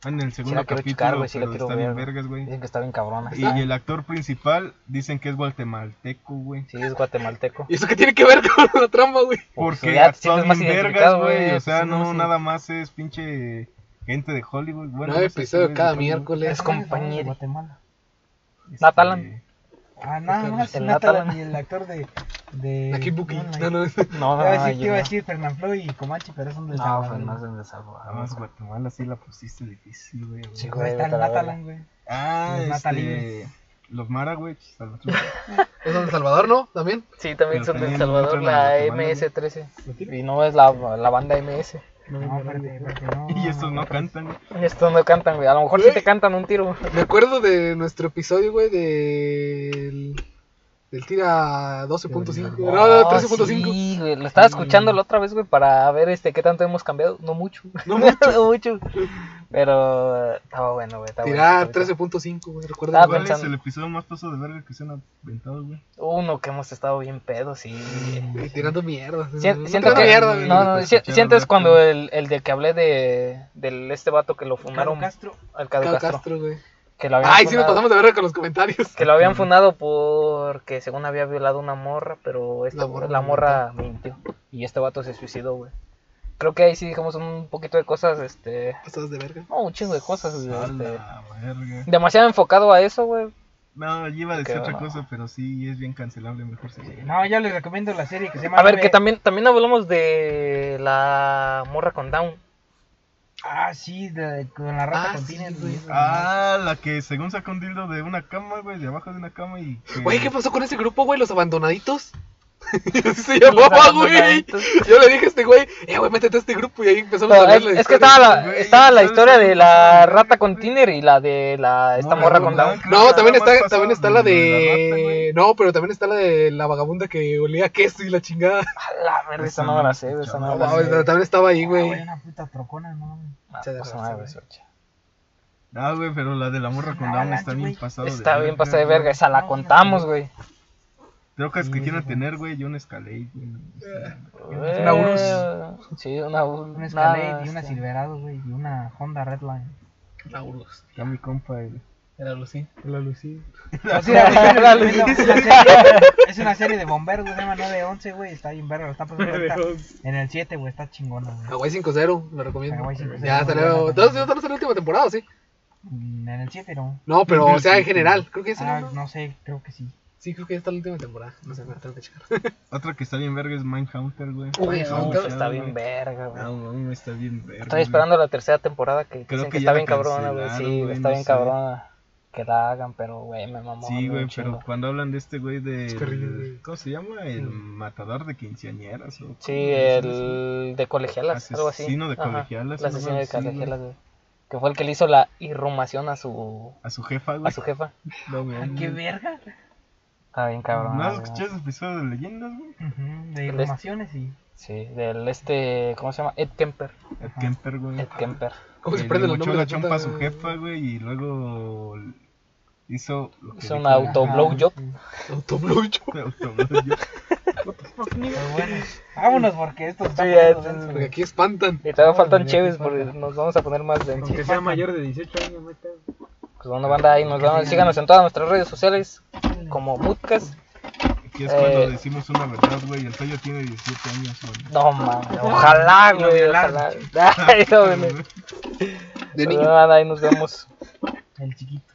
[SPEAKER 3] Ah, En el
[SPEAKER 4] la
[SPEAKER 3] segundo
[SPEAKER 4] quiero
[SPEAKER 3] capítulo,
[SPEAKER 4] checar, güey, sí la
[SPEAKER 3] pero
[SPEAKER 4] quiero
[SPEAKER 3] está
[SPEAKER 4] ver,
[SPEAKER 3] bien
[SPEAKER 4] güey.
[SPEAKER 3] vergas, güey.
[SPEAKER 4] Dicen que está bien cabrona.
[SPEAKER 3] Y el actor principal dicen que es guatemalteco, güey.
[SPEAKER 4] Sí, es guatemalteco.
[SPEAKER 1] ¿Y eso qué tiene que ver con la trama, güey?
[SPEAKER 3] Porque
[SPEAKER 4] Pues, ya te
[SPEAKER 3] actúan
[SPEAKER 4] sientes más
[SPEAKER 3] bien vergas,
[SPEAKER 4] identificado,
[SPEAKER 3] güey.
[SPEAKER 4] güey,
[SPEAKER 3] O sea,
[SPEAKER 4] pues, no
[SPEAKER 3] no,
[SPEAKER 4] sé.
[SPEAKER 3] nada más es pinche gente de Hollywood. Bueno,
[SPEAKER 1] Nueve
[SPEAKER 3] no sé,
[SPEAKER 1] episodios
[SPEAKER 3] güey,
[SPEAKER 1] cada
[SPEAKER 3] de Hollywood.
[SPEAKER 1] miércoles.
[SPEAKER 4] Es compañero.
[SPEAKER 2] De Guatemala.
[SPEAKER 3] Este,
[SPEAKER 4] Natalan.
[SPEAKER 2] Ah, nada
[SPEAKER 1] Natalan.
[SPEAKER 2] más.
[SPEAKER 4] El
[SPEAKER 2] El
[SPEAKER 4] Natalan.
[SPEAKER 2] y el actor de. de
[SPEAKER 1] Aquí Buki. No,
[SPEAKER 2] No, no.
[SPEAKER 1] no, es-
[SPEAKER 4] No,
[SPEAKER 2] Iba a decir
[SPEAKER 4] yo
[SPEAKER 2] que iba a
[SPEAKER 4] no.
[SPEAKER 2] decir Fernanfloo y Comanche, pero son pues, del
[SPEAKER 4] No, pues,
[SPEAKER 2] Salvador.
[SPEAKER 4] Fernández de
[SPEAKER 3] Nada más
[SPEAKER 4] Salvador.
[SPEAKER 3] Guatemala sí la pusiste difícil, güey. güey.
[SPEAKER 4] Sí,
[SPEAKER 2] Ahí
[SPEAKER 4] güey,
[SPEAKER 2] está el
[SPEAKER 4] vete a la verga.
[SPEAKER 2] Natalan, güey.
[SPEAKER 3] Ah,
[SPEAKER 2] Los
[SPEAKER 3] este...
[SPEAKER 2] natalines.
[SPEAKER 3] Los Mara, güey. Salvatrucha.
[SPEAKER 1] es El Salvador, ¿no? También.
[SPEAKER 4] Sí, también
[SPEAKER 3] Pero
[SPEAKER 4] son de El
[SPEAKER 3] también
[SPEAKER 4] Salvador,
[SPEAKER 3] otro lado
[SPEAKER 4] la
[SPEAKER 3] de Guatemala,
[SPEAKER 4] MS-13. Y no es la, la banda MS.
[SPEAKER 2] No, espérate, espérate, no.
[SPEAKER 3] Y estos no cantan, güey.
[SPEAKER 4] Estos no cantan, güey. A lo mejor sí te cantan un tiro.
[SPEAKER 1] Me acuerdo de nuestro episodio, güey, del. del tira 12.5. No, no,
[SPEAKER 4] Oh,
[SPEAKER 1] 13.5.
[SPEAKER 4] Sí, güey, lo estaba escuchando la otra vez, güey, para ver este qué tanto hemos cambiado. No mucho. No mucho. Pero eh, estaba bueno, güey. Estaba
[SPEAKER 1] Tirar
[SPEAKER 4] bueno, estaba
[SPEAKER 1] 13.5, güey.
[SPEAKER 4] Ah,
[SPEAKER 1] Recuerda,
[SPEAKER 3] ¿Cuál
[SPEAKER 1] güey.
[SPEAKER 3] es
[SPEAKER 4] pensando.
[SPEAKER 3] el episodio más paso de verga que se han aventado, güey?
[SPEAKER 4] bueno. Uno que hemos estado bien pedos, sí.
[SPEAKER 1] Y Tirando mierda.
[SPEAKER 4] Sien-
[SPEAKER 1] Pues, No
[SPEAKER 4] siento
[SPEAKER 1] traes
[SPEAKER 4] que-
[SPEAKER 1] mierda,
[SPEAKER 4] no,
[SPEAKER 1] güey.
[SPEAKER 4] no,
[SPEAKER 3] Pues,
[SPEAKER 4] si-
[SPEAKER 3] escucharon
[SPEAKER 4] sientes
[SPEAKER 3] la-
[SPEAKER 4] cuando el, el de que hablé de del este vato que lo
[SPEAKER 2] Ricardo
[SPEAKER 4] funaron
[SPEAKER 2] Castro.
[SPEAKER 4] al
[SPEAKER 1] Cabo
[SPEAKER 4] Cado Castro,
[SPEAKER 1] Castro, güey.
[SPEAKER 4] que lo habían
[SPEAKER 1] Ay, sí nos
[SPEAKER 4] funado-
[SPEAKER 1] pasamos de verga con los comentarios.
[SPEAKER 4] que lo habían funado porque según había violado una morra, pero esta,
[SPEAKER 1] La morra
[SPEAKER 4] la morra, mintió y este vato se suicidó, güey. Creo que ahí sí dijimos un poquito de cosas, este,
[SPEAKER 1] Pasadas de verga.
[SPEAKER 4] no, un chingo de cosas, güey,
[SPEAKER 3] A
[SPEAKER 4] este,
[SPEAKER 3] la verga.
[SPEAKER 4] demasiado enfocado a eso, güey.
[SPEAKER 3] No, yo iba a decir
[SPEAKER 4] Qué
[SPEAKER 3] otra
[SPEAKER 4] va.
[SPEAKER 3] cosa, pero sí, es bien cancelable, mejor se
[SPEAKER 2] No, yo les recomiendo la serie que se llama.
[SPEAKER 4] A ver,
[SPEAKER 2] Nueve-
[SPEAKER 4] que también también hablamos de la morra con down.
[SPEAKER 2] Ah, sí, de, con la rata
[SPEAKER 1] Ah,
[SPEAKER 2] con
[SPEAKER 1] sí,
[SPEAKER 2] tines,
[SPEAKER 1] güey.
[SPEAKER 2] güey.
[SPEAKER 3] Ah, la que según sacó un dildo de una cama, güey, de abajo de una cama y... que-
[SPEAKER 1] Güey, ¿qué pasó con ese grupo, güey? Los abandonaditos. Así se llamaba, güey.
[SPEAKER 4] Abandonaditos.
[SPEAKER 1] Yo le dije a este güey, eh, güey, métete a este grupo. Y ahí empezamos
[SPEAKER 4] No,
[SPEAKER 1] a
[SPEAKER 4] es,
[SPEAKER 1] leer la
[SPEAKER 4] es que
[SPEAKER 1] historia.
[SPEAKER 4] estaba la,
[SPEAKER 3] Güey,
[SPEAKER 4] estaba la
[SPEAKER 3] ¿sabes
[SPEAKER 4] historia
[SPEAKER 3] qué
[SPEAKER 4] de
[SPEAKER 3] pasa,
[SPEAKER 4] la
[SPEAKER 3] güey?
[SPEAKER 4] rata con Tinder y la de la esta
[SPEAKER 3] No,
[SPEAKER 4] morra
[SPEAKER 3] no,
[SPEAKER 4] con
[SPEAKER 3] no,
[SPEAKER 4] Down.
[SPEAKER 3] creo
[SPEAKER 1] No,
[SPEAKER 3] que
[SPEAKER 1] también
[SPEAKER 3] nada más
[SPEAKER 1] está,
[SPEAKER 3] pasó
[SPEAKER 1] también está
[SPEAKER 3] lo
[SPEAKER 1] la
[SPEAKER 3] la rata, güey.
[SPEAKER 1] de. No, pero también está la de la vagabunda que olía a queso y la chingada.
[SPEAKER 4] A la verga, esa no me la sé, güey, esa no
[SPEAKER 1] No,
[SPEAKER 3] Ah,
[SPEAKER 4] me la sé.
[SPEAKER 1] mames, también estaba ahí,
[SPEAKER 2] Ah,
[SPEAKER 1] güey.
[SPEAKER 2] güey, Una puta trocona, no mames.
[SPEAKER 4] Ah,
[SPEAKER 1] Se
[SPEAKER 4] pues,
[SPEAKER 1] derrota,
[SPEAKER 4] madre,
[SPEAKER 1] güey.
[SPEAKER 4] sorcha.
[SPEAKER 3] Ah, güey, pero la de la morra con Down está bien
[SPEAKER 2] güey.
[SPEAKER 3] pasada
[SPEAKER 4] Está bien pasada de verga, esa la contamos, güey.
[SPEAKER 3] Creo que es que quieren tener, güey, yo un escalade, güey.
[SPEAKER 4] Una Urus. Eh, Sí, una Urus.
[SPEAKER 2] Una
[SPEAKER 4] nada,
[SPEAKER 2] Escalade y una
[SPEAKER 4] este,
[SPEAKER 2] Silverado, güey, y una Honda Redline.
[SPEAKER 1] Laurus.
[SPEAKER 3] Está mi compa, el...
[SPEAKER 1] Era Lucín.
[SPEAKER 7] La Lucía.
[SPEAKER 2] O sea, güey, yo les recomiendo una serie- Es una serie de bomberos, güey, se llama 911, güey, está bien verga, lo está pasando ahorita en el 7, güey, está chingona, güey.
[SPEAKER 1] Hawaii 5-0, lo recomiendo.
[SPEAKER 2] Hawaii 5-0,
[SPEAKER 1] ya salió.
[SPEAKER 2] muy buena
[SPEAKER 1] Entonces,
[SPEAKER 2] también.
[SPEAKER 1] ya salió la última temporada, o ¿sí?
[SPEAKER 2] Mm, En el 7, ¿no?
[SPEAKER 1] No, pero, o sea, en general. Creo que ya
[SPEAKER 2] Ah,
[SPEAKER 1] salió. ¿no?
[SPEAKER 2] no sé, creo que sí.
[SPEAKER 1] Sí, creo que ya está la última temporada. No sé, me la tengo que checar.
[SPEAKER 3] Otra que está bien verga es Mindhunter, güey.
[SPEAKER 1] Uy,
[SPEAKER 4] no,
[SPEAKER 1] Mindhunter
[SPEAKER 4] Está bien verga, güey.
[SPEAKER 3] No, mami, está bien verga.
[SPEAKER 4] Estoy esperando la tercera temporada que
[SPEAKER 3] Creo
[SPEAKER 4] dicen
[SPEAKER 3] que
[SPEAKER 4] que
[SPEAKER 3] ya
[SPEAKER 4] está
[SPEAKER 3] la
[SPEAKER 4] bien cabrona, güey. Sí,
[SPEAKER 3] cancelaron,
[SPEAKER 4] güey,
[SPEAKER 3] güey,
[SPEAKER 4] está
[SPEAKER 3] no
[SPEAKER 4] bien
[SPEAKER 3] sé.
[SPEAKER 4] cabrona. Que la hagan, pero, güey, me mamó.
[SPEAKER 3] Sí,
[SPEAKER 4] un
[SPEAKER 3] güey,
[SPEAKER 4] chingo.
[SPEAKER 3] pero cuando hablan de este güey de.
[SPEAKER 1] Escarrillo, güey.
[SPEAKER 3] ¿Cómo se llama? El matador de quinceañeras. ¿o
[SPEAKER 4] Mm.
[SPEAKER 3] cómo
[SPEAKER 4] Sí,
[SPEAKER 3] se llama eso?
[SPEAKER 4] el de colegialas, algo así.
[SPEAKER 3] Asesino de
[SPEAKER 4] Ajá,
[SPEAKER 3] colegialas,
[SPEAKER 4] El asesino
[SPEAKER 3] algo
[SPEAKER 4] de
[SPEAKER 3] así, güey.
[SPEAKER 4] colegialas, güey. Que fue el que le hizo la irrumación a su,
[SPEAKER 3] A su jefa, güey.
[SPEAKER 4] a su jefa.
[SPEAKER 3] No, güey.
[SPEAKER 2] Ah, ¿Qué verga?
[SPEAKER 4] Está bien cabrón.
[SPEAKER 3] ¿No has
[SPEAKER 4] güey.
[SPEAKER 3] escuchado ese episodio de leyendas, güey?
[SPEAKER 2] Ujú, De informaciones y...
[SPEAKER 4] Sí, del este, ¿cómo se llama? Ed Kemper.
[SPEAKER 3] El Kemper, güey.
[SPEAKER 4] Ed Kemper.
[SPEAKER 1] ¿Cómo se
[SPEAKER 3] Que
[SPEAKER 1] prende
[SPEAKER 3] le
[SPEAKER 1] los
[SPEAKER 3] mochó
[SPEAKER 1] nombres?
[SPEAKER 3] la
[SPEAKER 1] de la
[SPEAKER 3] chompa a
[SPEAKER 1] puta,
[SPEAKER 3] su
[SPEAKER 1] güey?
[SPEAKER 3] jefa, güey, y luego hizo. lo que dijo,
[SPEAKER 4] Hizo un
[SPEAKER 3] güey.
[SPEAKER 4] auto blowjob.
[SPEAKER 1] Autoblucho.
[SPEAKER 3] Autoblow,
[SPEAKER 2] Pero bueno, vámonos porque esto está...
[SPEAKER 4] Sí,
[SPEAKER 2] poniendo
[SPEAKER 4] ya,
[SPEAKER 2] denso,
[SPEAKER 4] sí,
[SPEAKER 1] Porque
[SPEAKER 2] güey.
[SPEAKER 1] aquí espantan.
[SPEAKER 4] Y todavía faltan cheves porque nos vamos a poner más densos.
[SPEAKER 7] Aunque sea mayor de 18 años, güey. está-
[SPEAKER 4] Pues bueno, banda, ahí nos vamos. Síganos en todas nuestras redes sociales como Moodcast.
[SPEAKER 3] Que es cuando
[SPEAKER 4] Eh.
[SPEAKER 3] decimos una verdad, güey. El Toyo tiene 17 años, güey.
[SPEAKER 4] No mames, ojalá, güey, ojalá. Ay, no, pues güey.
[SPEAKER 3] Ah,
[SPEAKER 1] De niño.
[SPEAKER 4] Nada, ahí nos vemos.
[SPEAKER 2] El chiquito.